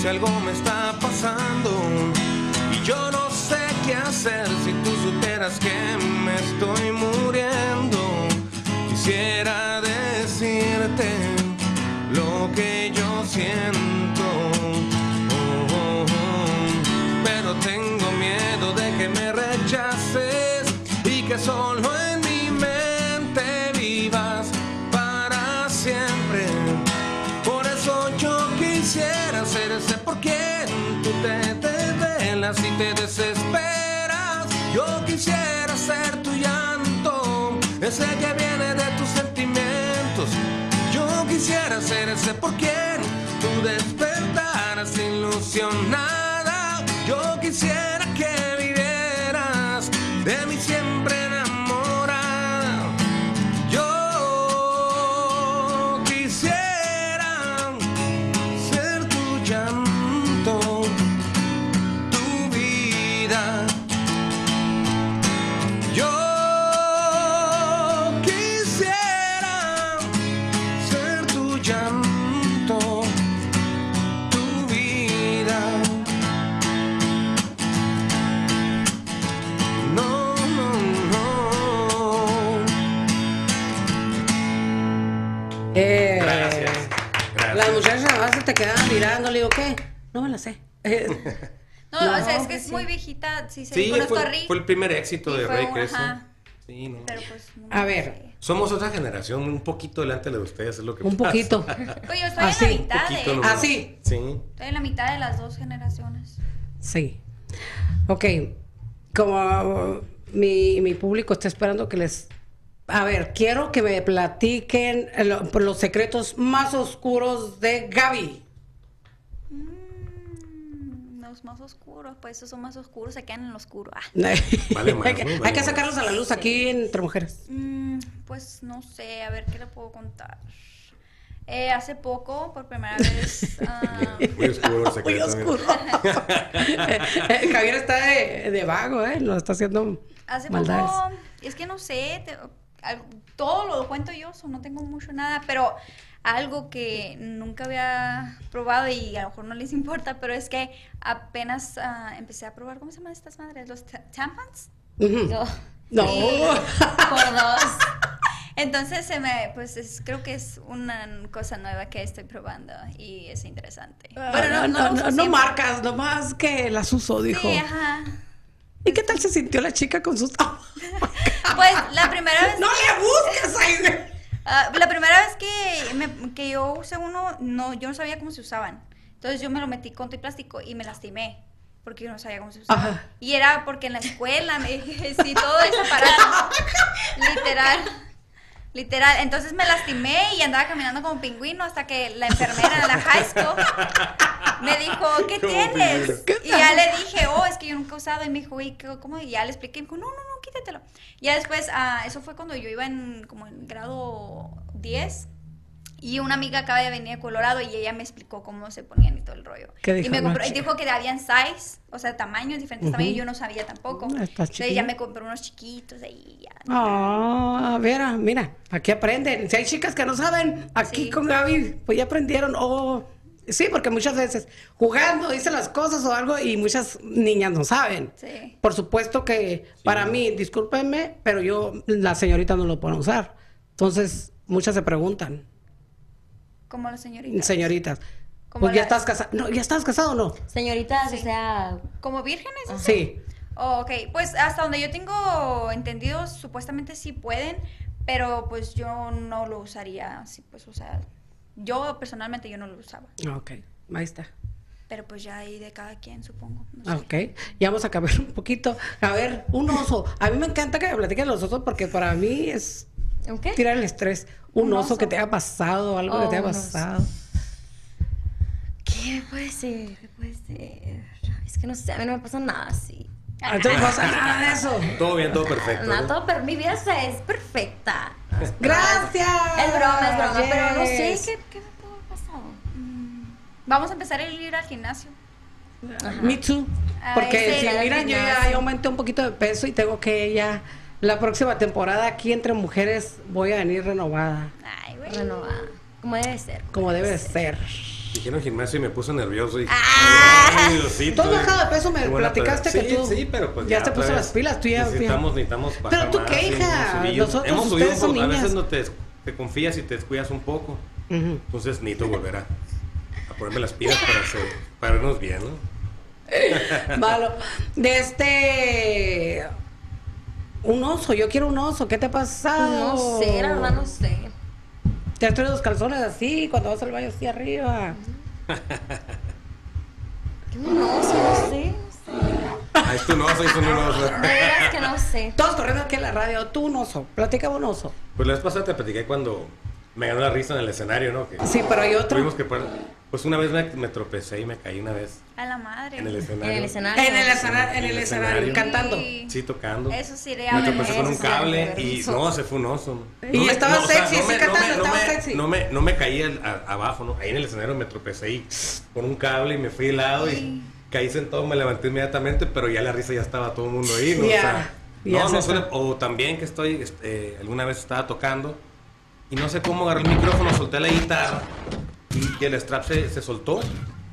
si algo me está pasando. Y yo no sé qué hacer si tú supieras que me estoy muriendo. Quisiera decirte lo que yo siento. Oh, oh, oh. Pero tengo miedo de que me rechaces y que solo en mi mente vivas para siempre. Por eso yo quisiera ser ese por quien tú te desvelas y te desesperas. Yo quisiera ser tu llanto, ese que viene de tus sentimientos. Yo quisiera ser ese por quien tú despertaras ilusionada. Yo quisiera que vivieras de mí siempre enamorada. Yo quisiera ser tu llanto, tu vida. Yo quisiera ser tu llanto, tu vida. No, no, no. Eh, Gracias. Las muchachas nada más se te quedaban mirando. Le digo, ¿qué? No me la sé. Eh, No, No, o sea, es que pues es sí. muy viejita. Sí, se Sí, conozco a fue, Rick, fue el primer éxito Y de fue Rey un- Cristo. ajá. Sí, no. pero pues, no A sé. ver. Somos otra generación, un poquito delante de ustedes, es lo que (laughs) Un pasa. poquito. Ah, Pues yo estoy Así, en la mitad de. Poquito nomás. Así. Sí. Estoy en la mitad de las dos generaciones. Sí. Ok. Como mi, mi público está esperando que les... A ver, quiero que me platiquen lo- por los secretos más oscuros de Gaby. Mm, Los más oscuros, pues esos son más oscuros, se quedan en lo oscuro. Ah. Vale (laughs) más, hay que, ¿no? hay Vale que más. sacarlos a la luz aquí entre mujeres. Mm, pues no sé, a ver qué le puedo contar. Eh, hace poco, por primera (laughs) vez, ah, Muy oscuro, el secreto, mira. (laughs) (laughs) Eh, Javier está de, de vago, ¿eh? Lo está haciendo hace maldades. poco, es que no sé, te- al- todo lo cuento yo, so no tengo mucho nada, pero algo que nunca había probado y a lo mejor no les (laughs) importa, pero es que apenas ah, empecé a probar, ¿cómo se llaman estas madres? ¿Los ta- tampons? Ujú. No. No. por dos. Entonces se me, pues es- creo que es una cosa nueva que estoy probando y es interesante. Ah, no, no, no, no marcas, nomás que las uso, dijo. Sí, ajá. ¿Y qué tal se sintió la chica con sus... (laughs) Pues la primera vez, ¡No le busques, Aide! ah, la primera vez que, me- que yo usé uno, no, yo no sabía cómo se usaban. Entonces yo me lo metí con todo y plástico y me lastimé porque yo no sabía cómo se usaba. Ajá. Y era porque en la escuela me sí todo ese aparato. literal. Literal, entonces me lastimé y andaba caminando como pingüino hasta que la enfermera de la high school me dijo, ¿qué Como tienes? Y ya le dije, oh, es que yo nunca he usado. Y me dijo, ¿y qué- cómo? Y ya le expliqué, y me dijo, no, no, no, quítatelo. Ya después, ah, eso fue cuando yo iba en como en grado 10. Y una amiga acaba de venir de Colorado y ella me explicó cómo se ponían y todo el rollo. ¿Qué dijo y me la compró, y chica? dijo que habían size, o sea, tamaños, diferentes tamaños, yo no sabía tampoco. Ah, está Entonces ya chiquilla. me compró unos chiquitos ahí ya. Ah, Vera, mira, aquí aprenden. Si hay chicas que no saben, aquí Sí. con Gaby, pues ya aprendieron. O sí, porque muchas veces jugando dicen las cosas o algo y muchas niñas no saben. Sí. Por supuesto que para mí, discúlpenme, pero yo, la señorita no lo pueden usar. Entonces, muchas se preguntan, Como la señorita. señoritas, Como pues ya la- estás casado, no, ya estás casado o no? Señoritas, o sea, Como vírgenes. o sea? Sí. Oh, ok, pues hasta donde yo tengo entendido, supuestamente sí pueden, pero pues yo no lo usaría así, pues, o sea, yo personalmente yo no lo usaba, Ah, Ok, ahí está. pero pues ya ahí de cada quien, supongo. no Ah, sé. Ok, ya vamos a cambiar (laughs) un poquito. A ver, un oso. A mí me encanta que me platiquen los osos porque para mí es ¿un qué? tirar el estrés. Un, ¿Un oso, oso? que te ha pasado, algo que Oh, te ha un oso. pasado. ¿Qué puede ser? ¿Qué puede ser? Es que no sé, a mí no me pasa nada así. Ah, (laughs) Entonces no pasa nada de eso. Todo bien, todo perfecto. Nada, ¿no? todo per- mi vida o sea, es perfecta. Gracias. Es broma, es broma, pero no sé Yes. qué, qué me pudo haber pasado. Vamos a empezar a ir al gimnasio. Me too. Ah, Porque ese si era el miran, yo ya gimnasio. yo aumenté un poquito de peso y tengo que ya la próxima temporada aquí entre mujeres voy a venir renovada, Ay, güey. Renovada. Como debe ser. Pues, como debe de (laughs) ser. Dijeron gimnasio y me puso nervioso. Y, Ay, Tú Diosito, has Ah. bajado de peso, me Qué buena platicaste peda- que Sí, tú Sí, pero pues ya te otra puso vez las pilas, tú ya- Necesitamos, necesitamos bajar Pero tú más, qué, sí, hija, hemos subido. nosotros, Hemos subido ustedes un son poco, a veces niñas. no te, te confías y te descuidas un poco. Ujú. Entonces necesito volver a, a ponerme las pilas para, hacer, para irnos bien, ¿no? Malo. De este. Un oso, yo quiero un oso. ¿Qué te ha pasado? pues, No sé, la verdad no sé. Te has traído los calzones así cuando vas al baño así arriba. No sé, no sé. no sé. Ah, esto no, soy un oso. De veras que (laughs) no sé. Todos corriendo aquí en la radio. Tú un oso. Platica un oso. Pues la vez pasada te platiqué cuando me ganó la risa en el escenario, ¿no? Que Sí, pero hay otro. tuvimos que parar. Pues una vez me, me tropecé y me caí una vez A la madre. en el En escenario. el escenario. En el escenario, en el escenario, cantando. Sí. Sí, tocando. Eso sí, era Me bueno, tropecé con un eso sí, cable era y vergonzoso. no, se fue un oso. ¿no? Y No me- estaba no, o sea, sexy, no sí, me- no cantando, me- no estaba me- sexy. No me, no me caí al- a- abajo, ¿no? Ahí en el escenario me tropecé y con un cable y me fui de lado y caí sentado, me levanté inmediatamente, pero ya la risa ya estaba todo el mundo ahí, ¿no? O Ya, sea, ya no, se no está. suele- o también que estoy, este, eh, alguna vez estaba tocando y no sé cómo agarré el micrófono, solté la guitarra y, y el strap se, se soltó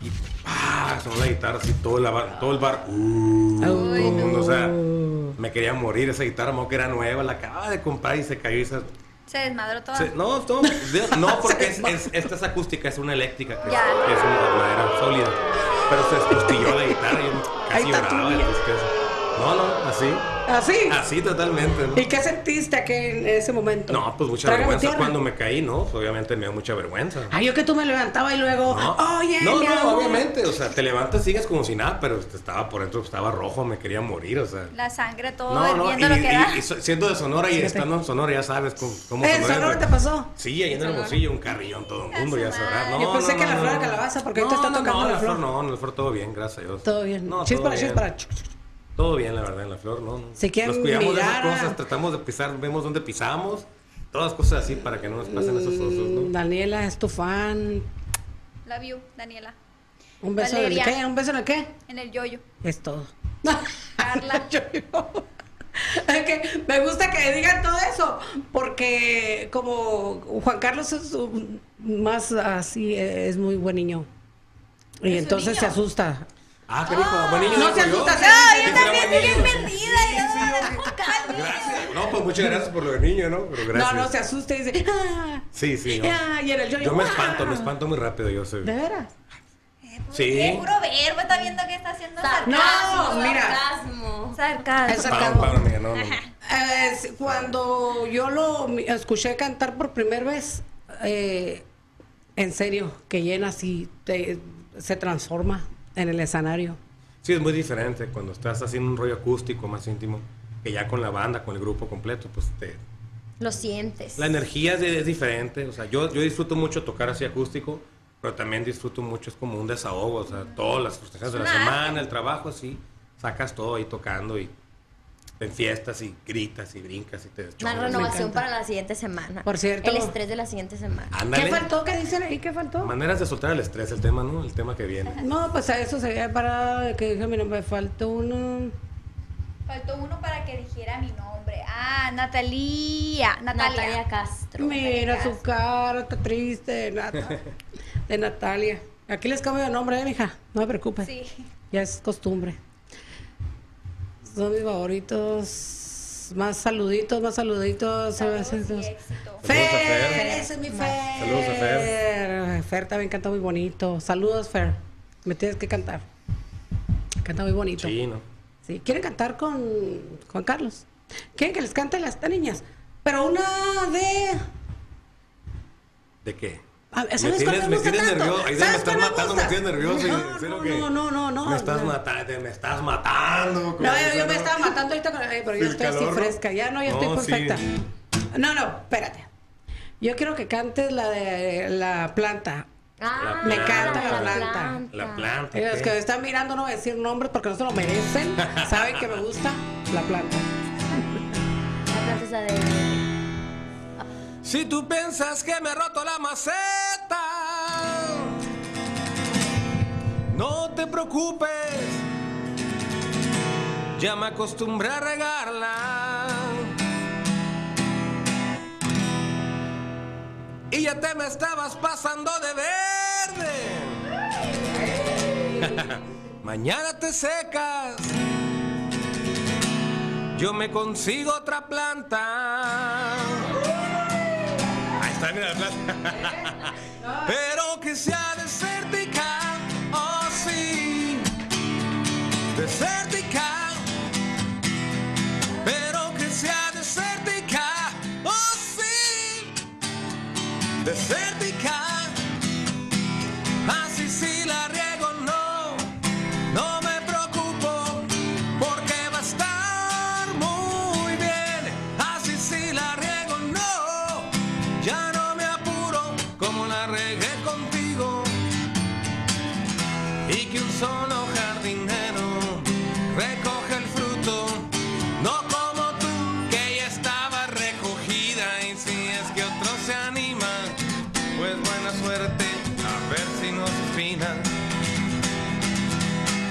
y ¡pah! sonó la guitarra así, todo, la bar- todo el bar, ¡uh! todo el mundo, o sea, me quería morir esa guitarra, me acuerdo que era nueva, la acababa de comprar y se cayó y se... Se desmadró Ah. todo. se- no, (laughs) no, de- no, porque es, es- esta es acústica, es una eléctrica, que es, Ya. que es una madera sólida. Pero se despostilló la guitarra y yo Ahí casi está tu lloraba de guía. tristeza. No, no, así. ¿Así? Así totalmente. ¿no? ¿Y qué sentiste aquel en ese momento? No, pues mucha Trágame vergüenza. tierra. Cuando me caí, no, pues, obviamente me dio mucha vergüenza. Ah, yo que tú me levantaba y luego, No, oye, no, mi no, amor. obviamente, o sea, te levantas, sigues como si nada, pero estaba por dentro, estaba rojo, me quería morir, o sea. La sangre, todo, No, no, y, hirviendo lo que era. y- y so- siendo de Sonora y estando en Sonora, ya sabes cómo, cómo Eh, Sonora es Sonora de- te pasó. Sí, ahí en el bolsillo, un carrillón, todo el mundo, ya sabrás. No, Yo pensé no, que no, la flor no. de calabaza, porque no, ahorita está no, tocando no, la flor. No, en la flor todo bien, gracias a Dios. Todo bien. No, chispara, todo bien. chispara. Todo bien, la verdad, en la flor, no. no. Si quieren Nos cuidamos de mirar esas a- cosas, tratamos de pisar, vemos dónde pisamos, todas cosas así para que no nos pasen esos osos, Mm, ¿no? Daniela es tu fan. La view, Daniela. ¿Un beso en el Valeria. qué? ¿Un beso en el qué? En el yoyo. Es todo. (laughs) Carla. Yo digo- es que me gusta que digan todo eso, porque como Juan Carlos es un- más así, eh, es muy buen niño. Y entonces se asusta. Ah, qué rico, buen niño. No dijo se yo. asusta, Sí, no, yo sí, también buen niño. perdida. Gracias. No, pues muchas gracias por lo del niño, ¿no? Pero gracias. No, no se asusta y dice, ¡ah! Sí, sí. no. ah", y en el yo, Yo me ¡ah! espanto, me espanto muy rápido, yo soy. ¿De veras? Sí. Qué puro verbo, está viendo que está haciendo sarcasmo. No, mira. Sarcasmo. Sarcasmo. Eso- Pam, pam, mira, no, no. Es cuando yo lo mi- escuché cantar por primera vez, eh, en serio, que llena así, te- se transforma en el escenario. Sí, es muy diferente cuando estás haciendo un rollo acústico más íntimo que ya con la banda, con el grupo completo, pues te, Lo sientes. la energía es, de- es diferente. O sea, yo, yo disfruto mucho tocar así acústico, pero también disfruto mucho, es como un desahogo, o sea, todas las frustraciones de la Es un arte. semana, el trabajo, así, sacas todo ahí tocando y en fiestas y gritas y brincas y te Una deschonas. renovación para la siguiente semana. Por cierto. El estrés de la siguiente semana. Ándale. ¿Qué faltó? ¿Qué dicen ahí? ¿Qué faltó? Maneras de soltar el estrés, el tema, ¿no? El tema que viene. No, pues a eso se había parado que dije, mira, me faltó uno. Faltó uno para que dijera mi nombre. Ah, Natalia. Natalia. Natalia Castro. Mira su cara, está triste de, (laughs) Nata- de Natalia. Aquí les cambio de nombre, ¿eh, mija? No me preocupes. Sí. Ya es costumbre. Son mis favoritos. Más saluditos, más saluditos. Saludos ¿sabes? y éxito. Fer, Saludos a Fer. ese es mi Fer. Saludos a Fer. Fer también canta muy bonito. Saludos, Fer. Me tienes que cantar. Canta muy bonito. Sí, ¿no? Sí, quieren cantar con Juan Carlos. Quieren que les cante las tan niñas. Pero una de. ¿De qué? A- me ¿sabes cuál tienes, me me gusta tienes tanto? nervioso. Ahí se ¿Sabes me estás cuál me matando, me gusta? tienes nervioso. No, ¿en no, serio no, que no, no, no, Me estás no. matando, me estás matando. No, yo, yo me estaba matando. matando ahorita con. ay, pero yo El estoy calor, así ¿no? fresca. Ya no, ya estoy No, sí. perfecta. No, no, espérate. Yo quiero que cantes la de la planta. Ah, Me encanta la planta. La planta. Eh, Los ¿qué? que me están mirando no voy a decir nombres porque no se lo (laughs) merecen. Saben que me gusta la planta. La planta esa de. Si tú piensas que me he roto la maceta, no te preocupes, ya me acostumbré a regarla. Y ya te me estabas pasando de verde. (laughs) Mañana te secas. Yo me consigo otra planta. Ahí está, mira la plata. (laughs) Pero que sea desértica, oh sí. Desértica. Pero que sea desértica, oh sí. Desértica. Así si la riego, no. No me preocupo, porque va a estar muy bien. Así si la riego, no. Ya no me apuro como la regué contigo. Y que un solo jardinero recoge el fruto, no como tú, que ya estaba recogida. Y si es que otro se anima, pues buena suerte, a ver si nos espinan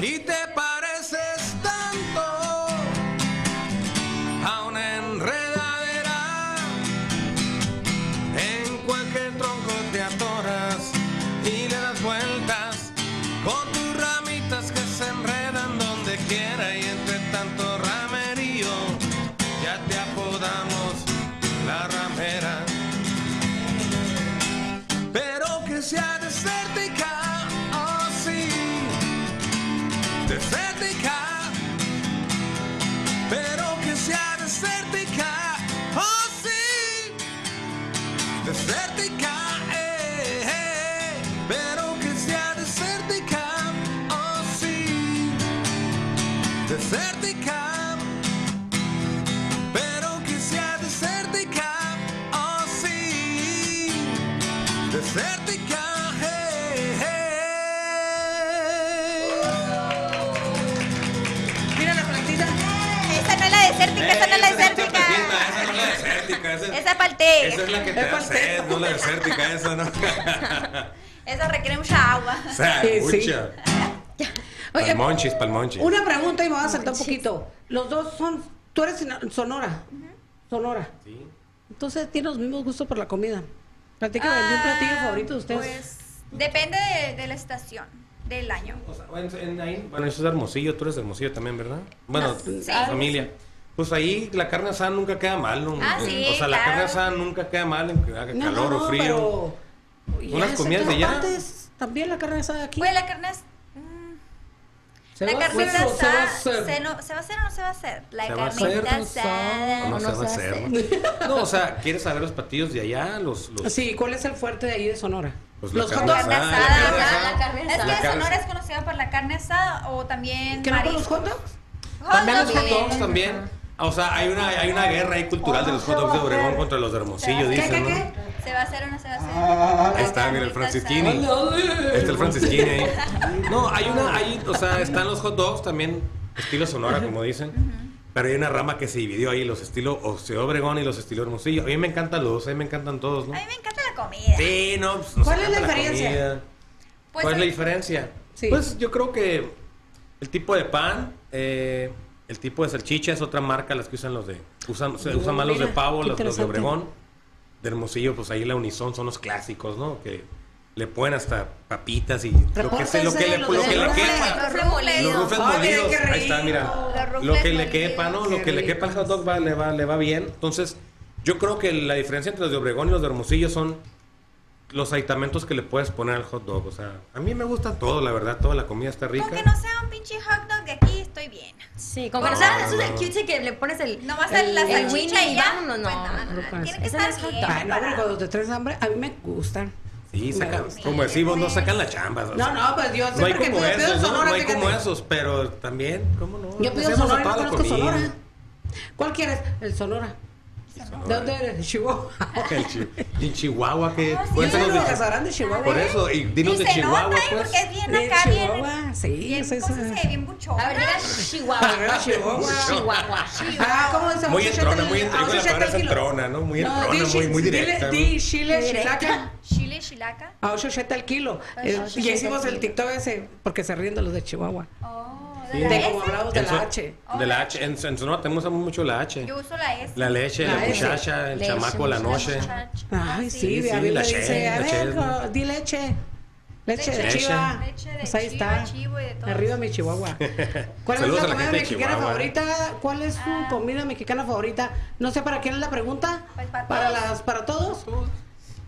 y te pareces tanto a una enredadera. En cualquier tronco te atoras y le das vueltas con tus ramitas que se enredan donde quiera y entre tanto ramerío ya te apodamos la ramera. Pero que sea desértica, oh sí, oh, eh, oh, oh, eh, desértica, esa no es la desértica. Eh, Esa no es la desértica. Esa es palté. Esa es la que te da sed, no la desértica, esa no. (laughs) Esa requiere mucha agua. O sea, Sí, sí. mucha. Oye, Palmonchis, palmonchis. una pregunta y me voy a saltar un poquito. Los dos son. Tú eres sino- sonora. Sonora. Sí. Entonces tiene los mismos gustos por la comida. Platícame de un platillo favorito de ustedes. Ah, Pues depende de, de la estación, del año. O sea, bueno, en ahí- bueno, eso es Hermosillo, tú eres de Hermosillo también, ¿verdad? Bueno, tu sí. familia. Pues ahí la carne asada nunca queda mal, ¿no? Ah, sí, O sea, la claro. carne asada nunca queda mal, aunque haga calor o frío. pero- Ya, Unas sé comidas que de ya. antes También la carne asada aquí. Pues la carne es- mm, ¿Se La va a carne hacer o se va a asada. hacer? Se, no- ¿se va a hacer o no se va a hacer? La ¿Se va a hacer? carnita asada. ¿O no, se va a hacer? No, o sea, ¿quieres saber los platillos de allá? Los, los... Sí, ¿cuál es el fuerte de ahí de Sonora? Pues la los carne hot dogs. Carne asada, asada, la carne ajá, asada. la carne La asada. Es que carne Sonora es asada. conocida por la carne asada o también ¿Qué no con los marisco. hot dogs? Hot También los dogs. hot dogs también. Ah, O sea, hay una, hay una guerra ahí cultural de los hot dogs de Obregón contra los de Hermosillo, ¿Qué, dicen, qué, ¿no? qué? Ah, ¿Se va a hacer o no se va a hacer? Ahí está, mira, el Francisquini. Ahí está Este el Francisquini ahí. No, hay una, hay, o sea, están los hot dogs también, estilo Sonora, como dicen. Pero hay una rama que se dividió ahí, los estilo Oceo Obregón y los estilo Hermosillo. A mí me encantan los dos, a mí me encantan todos, ¿no? A mí me encanta la comida. Sí, no, pues, nos ¿Cuál es la encanta diferencia? comida. Pues, ¿Cuál es la ahorita- diferencia? Sí. Pues yo creo que el tipo de pan, eh, el tipo de salchicha es otra marca, las que usan los de. Usan, se usan más los de mira, pavo, qué los, los de interesante. Obregón. De Hermosillo, pues ahí la Unison son los clásicos, ¿no? Que le ponen hasta papitas y lo que, se, lo que le, Repórtense, lo que le los de quepa. Los Los remolidos. Los rufles Ay, miren molidos. qué Ahí está, rico. mira. Los Lo que rufles le quepa, ¿no? molidos. Lo que le quepa al hot dog va, le, va, le va bien. Entonces, yo creo que la diferencia entre los de Obregón y los de Hermosillo son los aditamentos que le puedes poner al hot dog. O sea, a mí me gusta todo, la verdad. Toda la comida está rica. Con que no sea un pinche hot dog de aquí, estoy bien. Sí, con que no No, sean esos no. del cutie que le pones el. No va a ser la el salchicha winnie y y ya. vámonos, no. Pues no, no, No, no, tiene que esa estar no es hot bien. dog. Ah, no, pero preparado. cuando te traes hambre, a mí me gustan. Sí, Me sacan, gusta. como decimos, no sacan la chamba. o No, sea, no, pues yo no hay siempre que como pido, pido esos, ¿no? Sonora, No hay como fíjate. esos, pero también, ¿cómo no? Yo pido Hacemos a Sonora, toda no la conozco comida. Sonora. ¿Cuál quieres? El Sonora. ¿De dónde eres? Chihuahua. El chi- y en Chihuahua, que Ah, sí, cuéntanos Bueno, de- Casarán de Chihuahua. Por eso, y dinos Y de se Chihuahua, nota, ¿eh? pues. Porque es bien De acá, bien. Chihuahua, sí, bien, es esa. cosas, eh, bien buchona. La verdad es (laughs) Chihuahua. Avenida Chihuahua. Chihuahua. Ah, ¿cómo dice? Muy 8.80 entrona, muy el- entrona. ah, La 8.80 palabra el es kilo. entrona, ¿no? Muy No, entrona, di muy, muy chi- dile- directa. ¿no? Di chile, chilaca. Chile, chilaca. A 8.80 el kilo. Eh, Y hicimos el TikTok ese porque se ríen de los de Chihuahua. Oh, Sí. la De S. como hablamos de En la Son- H. De la H. En, en Sonora también usamos mucho la H. Yo uso la S. La leche, la, La S. muchacha, el Leche, chamaco, la noche. muchacha. Ay, sí, sí, de sí, Abel la le che, dice, la a che, ver, ¿no? co- di leche. Leche de Leche. chiva. Leche de Pues ahí chiva, está. chivo y de todo. Arriba mi Chihuahua. (laughs) ¿Cuál es Saludos la a la comida gente de mexicana Chihuahua. ¿eh? favorita? ¿Cuál es su comida mexicana favorita? No sé para quién es la pregunta. Ah. Pues para todos. las para todos.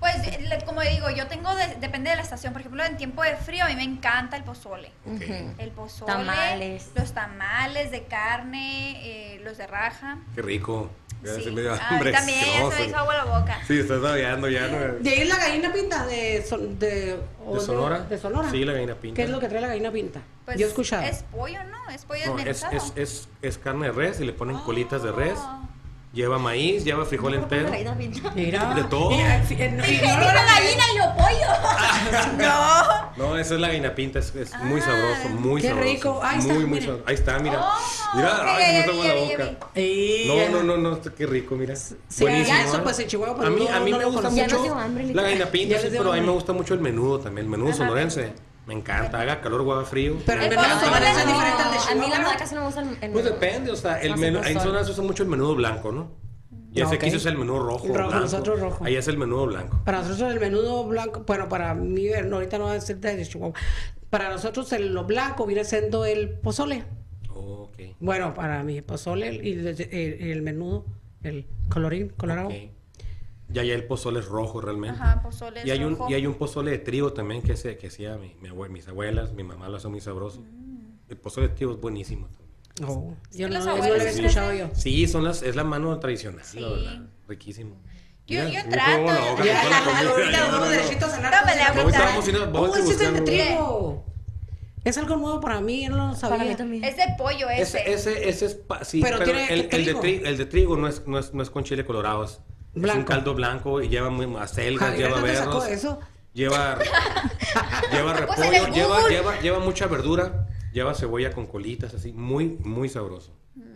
Pues, eh, le- como digo, yo tengo, de- depende de la estación. Por ejemplo, en tiempo de frío a mí me encanta el pozole. Ok. El pozole. Tamales. Los tamales de carne, eh, los de raja. Qué rico. Ya Sí. se me dio Ay, hambre, también, ya asqueroso. se me hizo agua la boca. Sí, estás babeando ya, ¿no? De ahí la gallina pinta de Son- de, o ¿De Sonora? De Sonora. Sí, la gallina pinta. ¿Qué es lo que trae la gallina pinta? Yo he escuchado. Pues Es pollo, ¿no? Es pollo No, es, desmenuzado. (laughs) es, es, es carne de res y le ponen colitas de res. Ah. Lleva maíz, lleva frijol entero. Mira. de todo. Y, eh, y- y- y- Dijo gallina y yo Ah. pollo. no. No, esa es la gallina pinta, es, es Ah. muy sabroso, muy qué sabroso. rico. Ahí está, muy, muy mira. sabroso. Ahí está, mira. Oh, mira, ok, ay, se me ya está vi, agua ya vi, la ya boca. y- No, no, no, no, qué rico, mira. ya Buenísimo. eso, ¿eh? pues, en Chihuahua, pues, a mí, no- a mí no me lo gusta conocemos. Ya nos mucho dio hambre, la literal. gallina pinta, Ya sí, les dio pero a mí me hambre. gusta mucho el menudo también, el menudo sonorense. Me encanta, haga calor o haga frío. Pero me el El menudo encanta. sonorense pozole es diferente al de no. A mí la Chihuahua. verdad casi no me gusta el el Pues menudo. depende, o sea, el Más menú, el en pozole. zonas se usa mucho el menudo blanco, ¿no? Y ese Ah, Ok. aquí se usa el menudo rojo. Rojo, blanco. nosotros rojo. Ahí es el menudo blanco. Para nosotros el menudo blanco, bueno, para mí, no, ahorita no va a ser de Chihuahua. Para nosotros el, lo blanco viene siendo el pozole. Ok. Bueno, para mí el pozole y el, el- el menudo, el colorín, colorado. ok. Y allá el pozole es rojo realmente. Ajá, pozole. Y hay, un, rojo. y hay un pozole de trigo también que, se, que hacía mi, mi abue- mis abuelas, mi mamá lo hace muy sabroso. Mm. El pozole de trigo es buenísimo también. Oh, yo que no, los no lo abuelos había sí. escuchado yo. Sí, son las, es la mano tradicional, la verdad. Riquísimo. Yo- Mira, yo un trato, juego en la yo boca, trato. con toda la comida. Ahorita nos vamos derechito a cenar. No, me le Entonces, Ahorita Ahorita. vamos a ir a- vamos Oh, a ir ese es el de buscando- trigo. Es algo nuevo para mí, yo no lo sabía. Es de pollo ese. Ese, ese, ese es pa- sí, Pero pero, tiene el, que el de trigo. trigo, el de trigo no es, no es, no es con chile colorado, es, es un Blanco. caldo blanco y lleva muy acelgas, Javier, lleva ¿dónde sacó berros, eso? (laughs) lleva lleva Pues repollo, en el lleva, Google. lleva, lleva mucha verdura, lleva cebolla con colitas, así, muy, muy sabroso.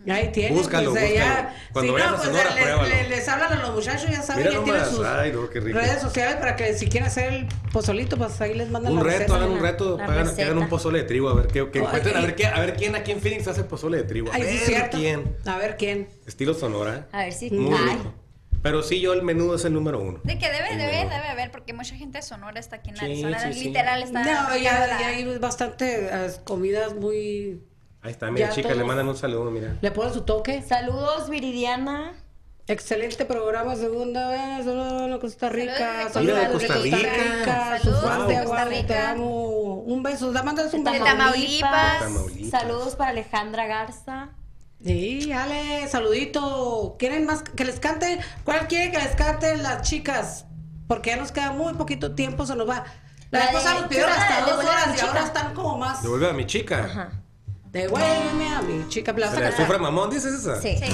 Ahí tienen. Búscalo, pues, eh, ya- búscalo. Cuando si vayas no, a pues Sonora, eh, les- pruébalo. les, les hablan a los muchachos, ya saben, Mira ya tienen nomás, sus ay, no, qué rico. redes sociales para que si quieren hacer el pozolito, pues ahí les mandan Un la reto, receta. hagan un reto, la hagan, que hagan un receta. pozole de trigo, a ver qué, qué Ay. encuentren, a ver, qué, a ver quién aquí en Phoenix hace pozole de trigo. A Ay, ver sí, cierto. quién. A ver quién. Estilo Sonora. A ver si. Muy Ay. rico. Pero sí, yo el menudo es el número uno. De que debe, El debe, número uno. debe haber, porque mucha gente de Sonora está aquí en Sí, Arizona. sí, sí. Literal está. No, ya, está- ya hay bastante eh, comidas muy. Ahí está, mira, Ya chica, todos. le mandan un saludo, mira. Le ponen su toque. Saludos, Viridiana. Excelente programa, segunda vez. Saludos de Costa Rica. Saludos de Saludos de Costa Costa Rica. Rica. sus Saludos fans de de Costa Aguada, te Rica. amo. Un beso. Da- Mándales un De beso. Tamaulipas. Tamaulipas. Saludos para Alejandra Garza. Sí, Ale, saludito. ¿Quieren más que les cante? ¿Cuál quiere que les cante las chicas? Porque ya nos queda muy poquito tiempo, se nos va. La, La de- esposa nos pidió ¿qué hora? hasta dos Devuélveme a horas mi y chica. ahora están como más. Devuelve a mi chica. Devuélveme a mi chica Se la plaza. sufre mamón, ¿dices esa? Sí. Sí.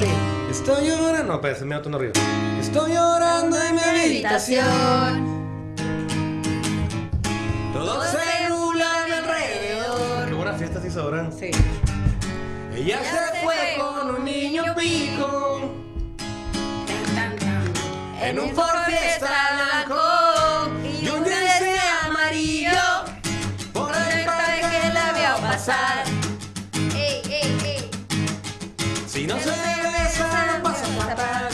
Estoy llorando. No, espérate, mira, tú no ríes. Estoy llorando en mi habitación. Todo se nubla a mi alrededor. Qué buena fiesta se hizo ahora. Sí. Ella se fue con un niño pico. En un Ford Fiesta blanco y un jersey amarillo. Por el parque que la veo pasar. Ey, ey, ey. Si no se regresa, no pasa fatal.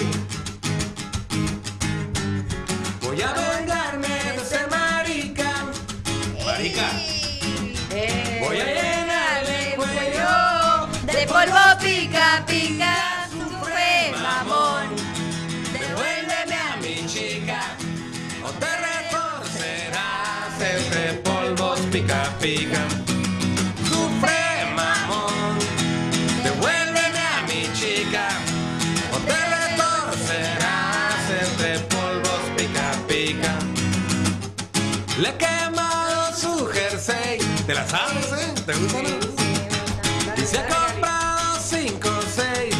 Voy a vengarme de ser marica. Marica. Eh, Voy a llenarle el cuello. De polvo pica, pica. Sufre, mamón. Devuélveme a mi chica. O te retorcerás entre polvos pica pica. Sufre, mamón. Devuélveme a mi chica. O te retorcerás entre polvos pica pica. Le he quemado su jersey. ¿Te la sabes, eh? ¿Te gusta? no? Y se ha comprado cinco o seis.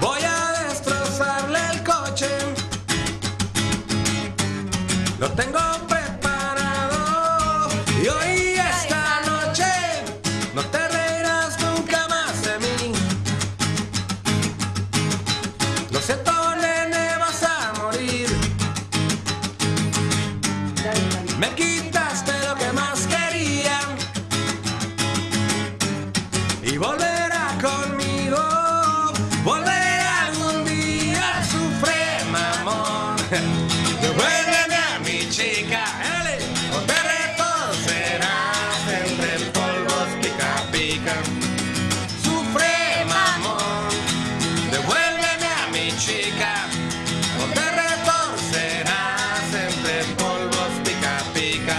Voy a destrozarle el coche. Lo tengo preparado. Y hoy esta noche no te reirás nunca más de mí. Lo siento, nene, vas a morir. Me quitaste lo que más quería. Y volverá conmigo. Volverá algún día. Sufre, mamón. Devuélveme a mi chica. ¡Ele! O te retorcerás entre polvos pica pica. Sufre, mamón. Devuélveme a mi chica. O te retorcerás entre polvos pica pica.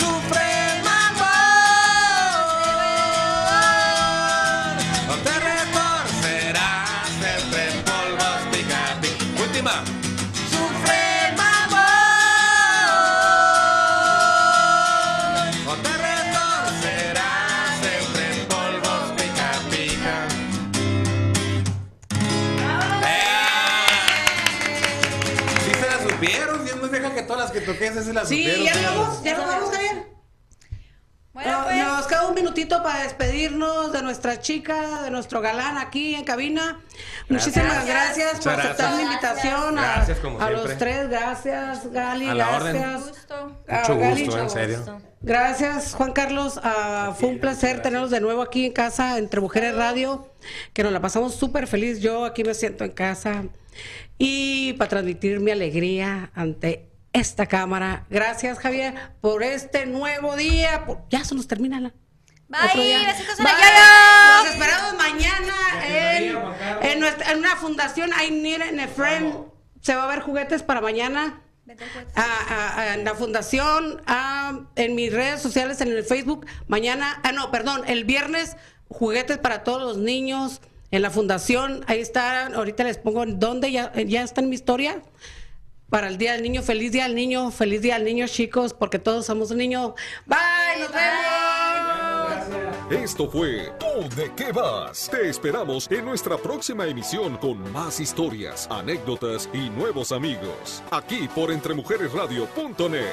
Sufre, mamón. O te retorcerás entre polvos pica pica. Última. Sufre, mamón. O te retorcerás entre polvos pica pica. Si se la supieron, si es más vieja que todas las que toqué, esa se la supieron. Sí, ya nos vamos, ya nos vamos, Javier. Bueno, No, pues. Nos queda un minutito para despedirnos de nuestra chica, de nuestro galán aquí en cabina. Muchísimas gracias, Muchas por gracias. aceptar mi invitación. a- Gracias, como a, los siempre. tres, gracias, Gali, A la orden. gracias. Gusto. a Mucho Ah, Gali. gusto, en serio. Gracias, Juan Carlos. Ah, fue un placer tenerlos de nuevo aquí en casa, entre Mujeres Radio, que nos la pasamos súper feliz. Yo aquí me siento en casa. Y para transmitir mi alegría ante esta cámara. Gracias, Javier, por este nuevo día. Por- Ya se nos termina la. otro Bye, día. besitos a Bye. la Yolo. Nos esperamos mañana en, en nuestra- en una fundación, I Need an a Friend. Se va a ver juguetes para mañana Vete al cuarto. a, a- a la fundación, a- en mis redes sociales, en el Facebook, mañana, ah, no, perdón, el viernes, juguetes para todos los niños, en la fundación, ahí están, ahorita les pongo en dónde, ya, ya está en mi historia, para el Día del Niño, feliz Día del Niño, feliz Día del Niño, chicos, porque todos somos niños. Bye, nos vemos. Esto fue ¿Tú de qué vas? Te esperamos en nuestra próxima emisión con más historias, anécdotas y nuevos amigos. Aquí por entremujeresradio.net.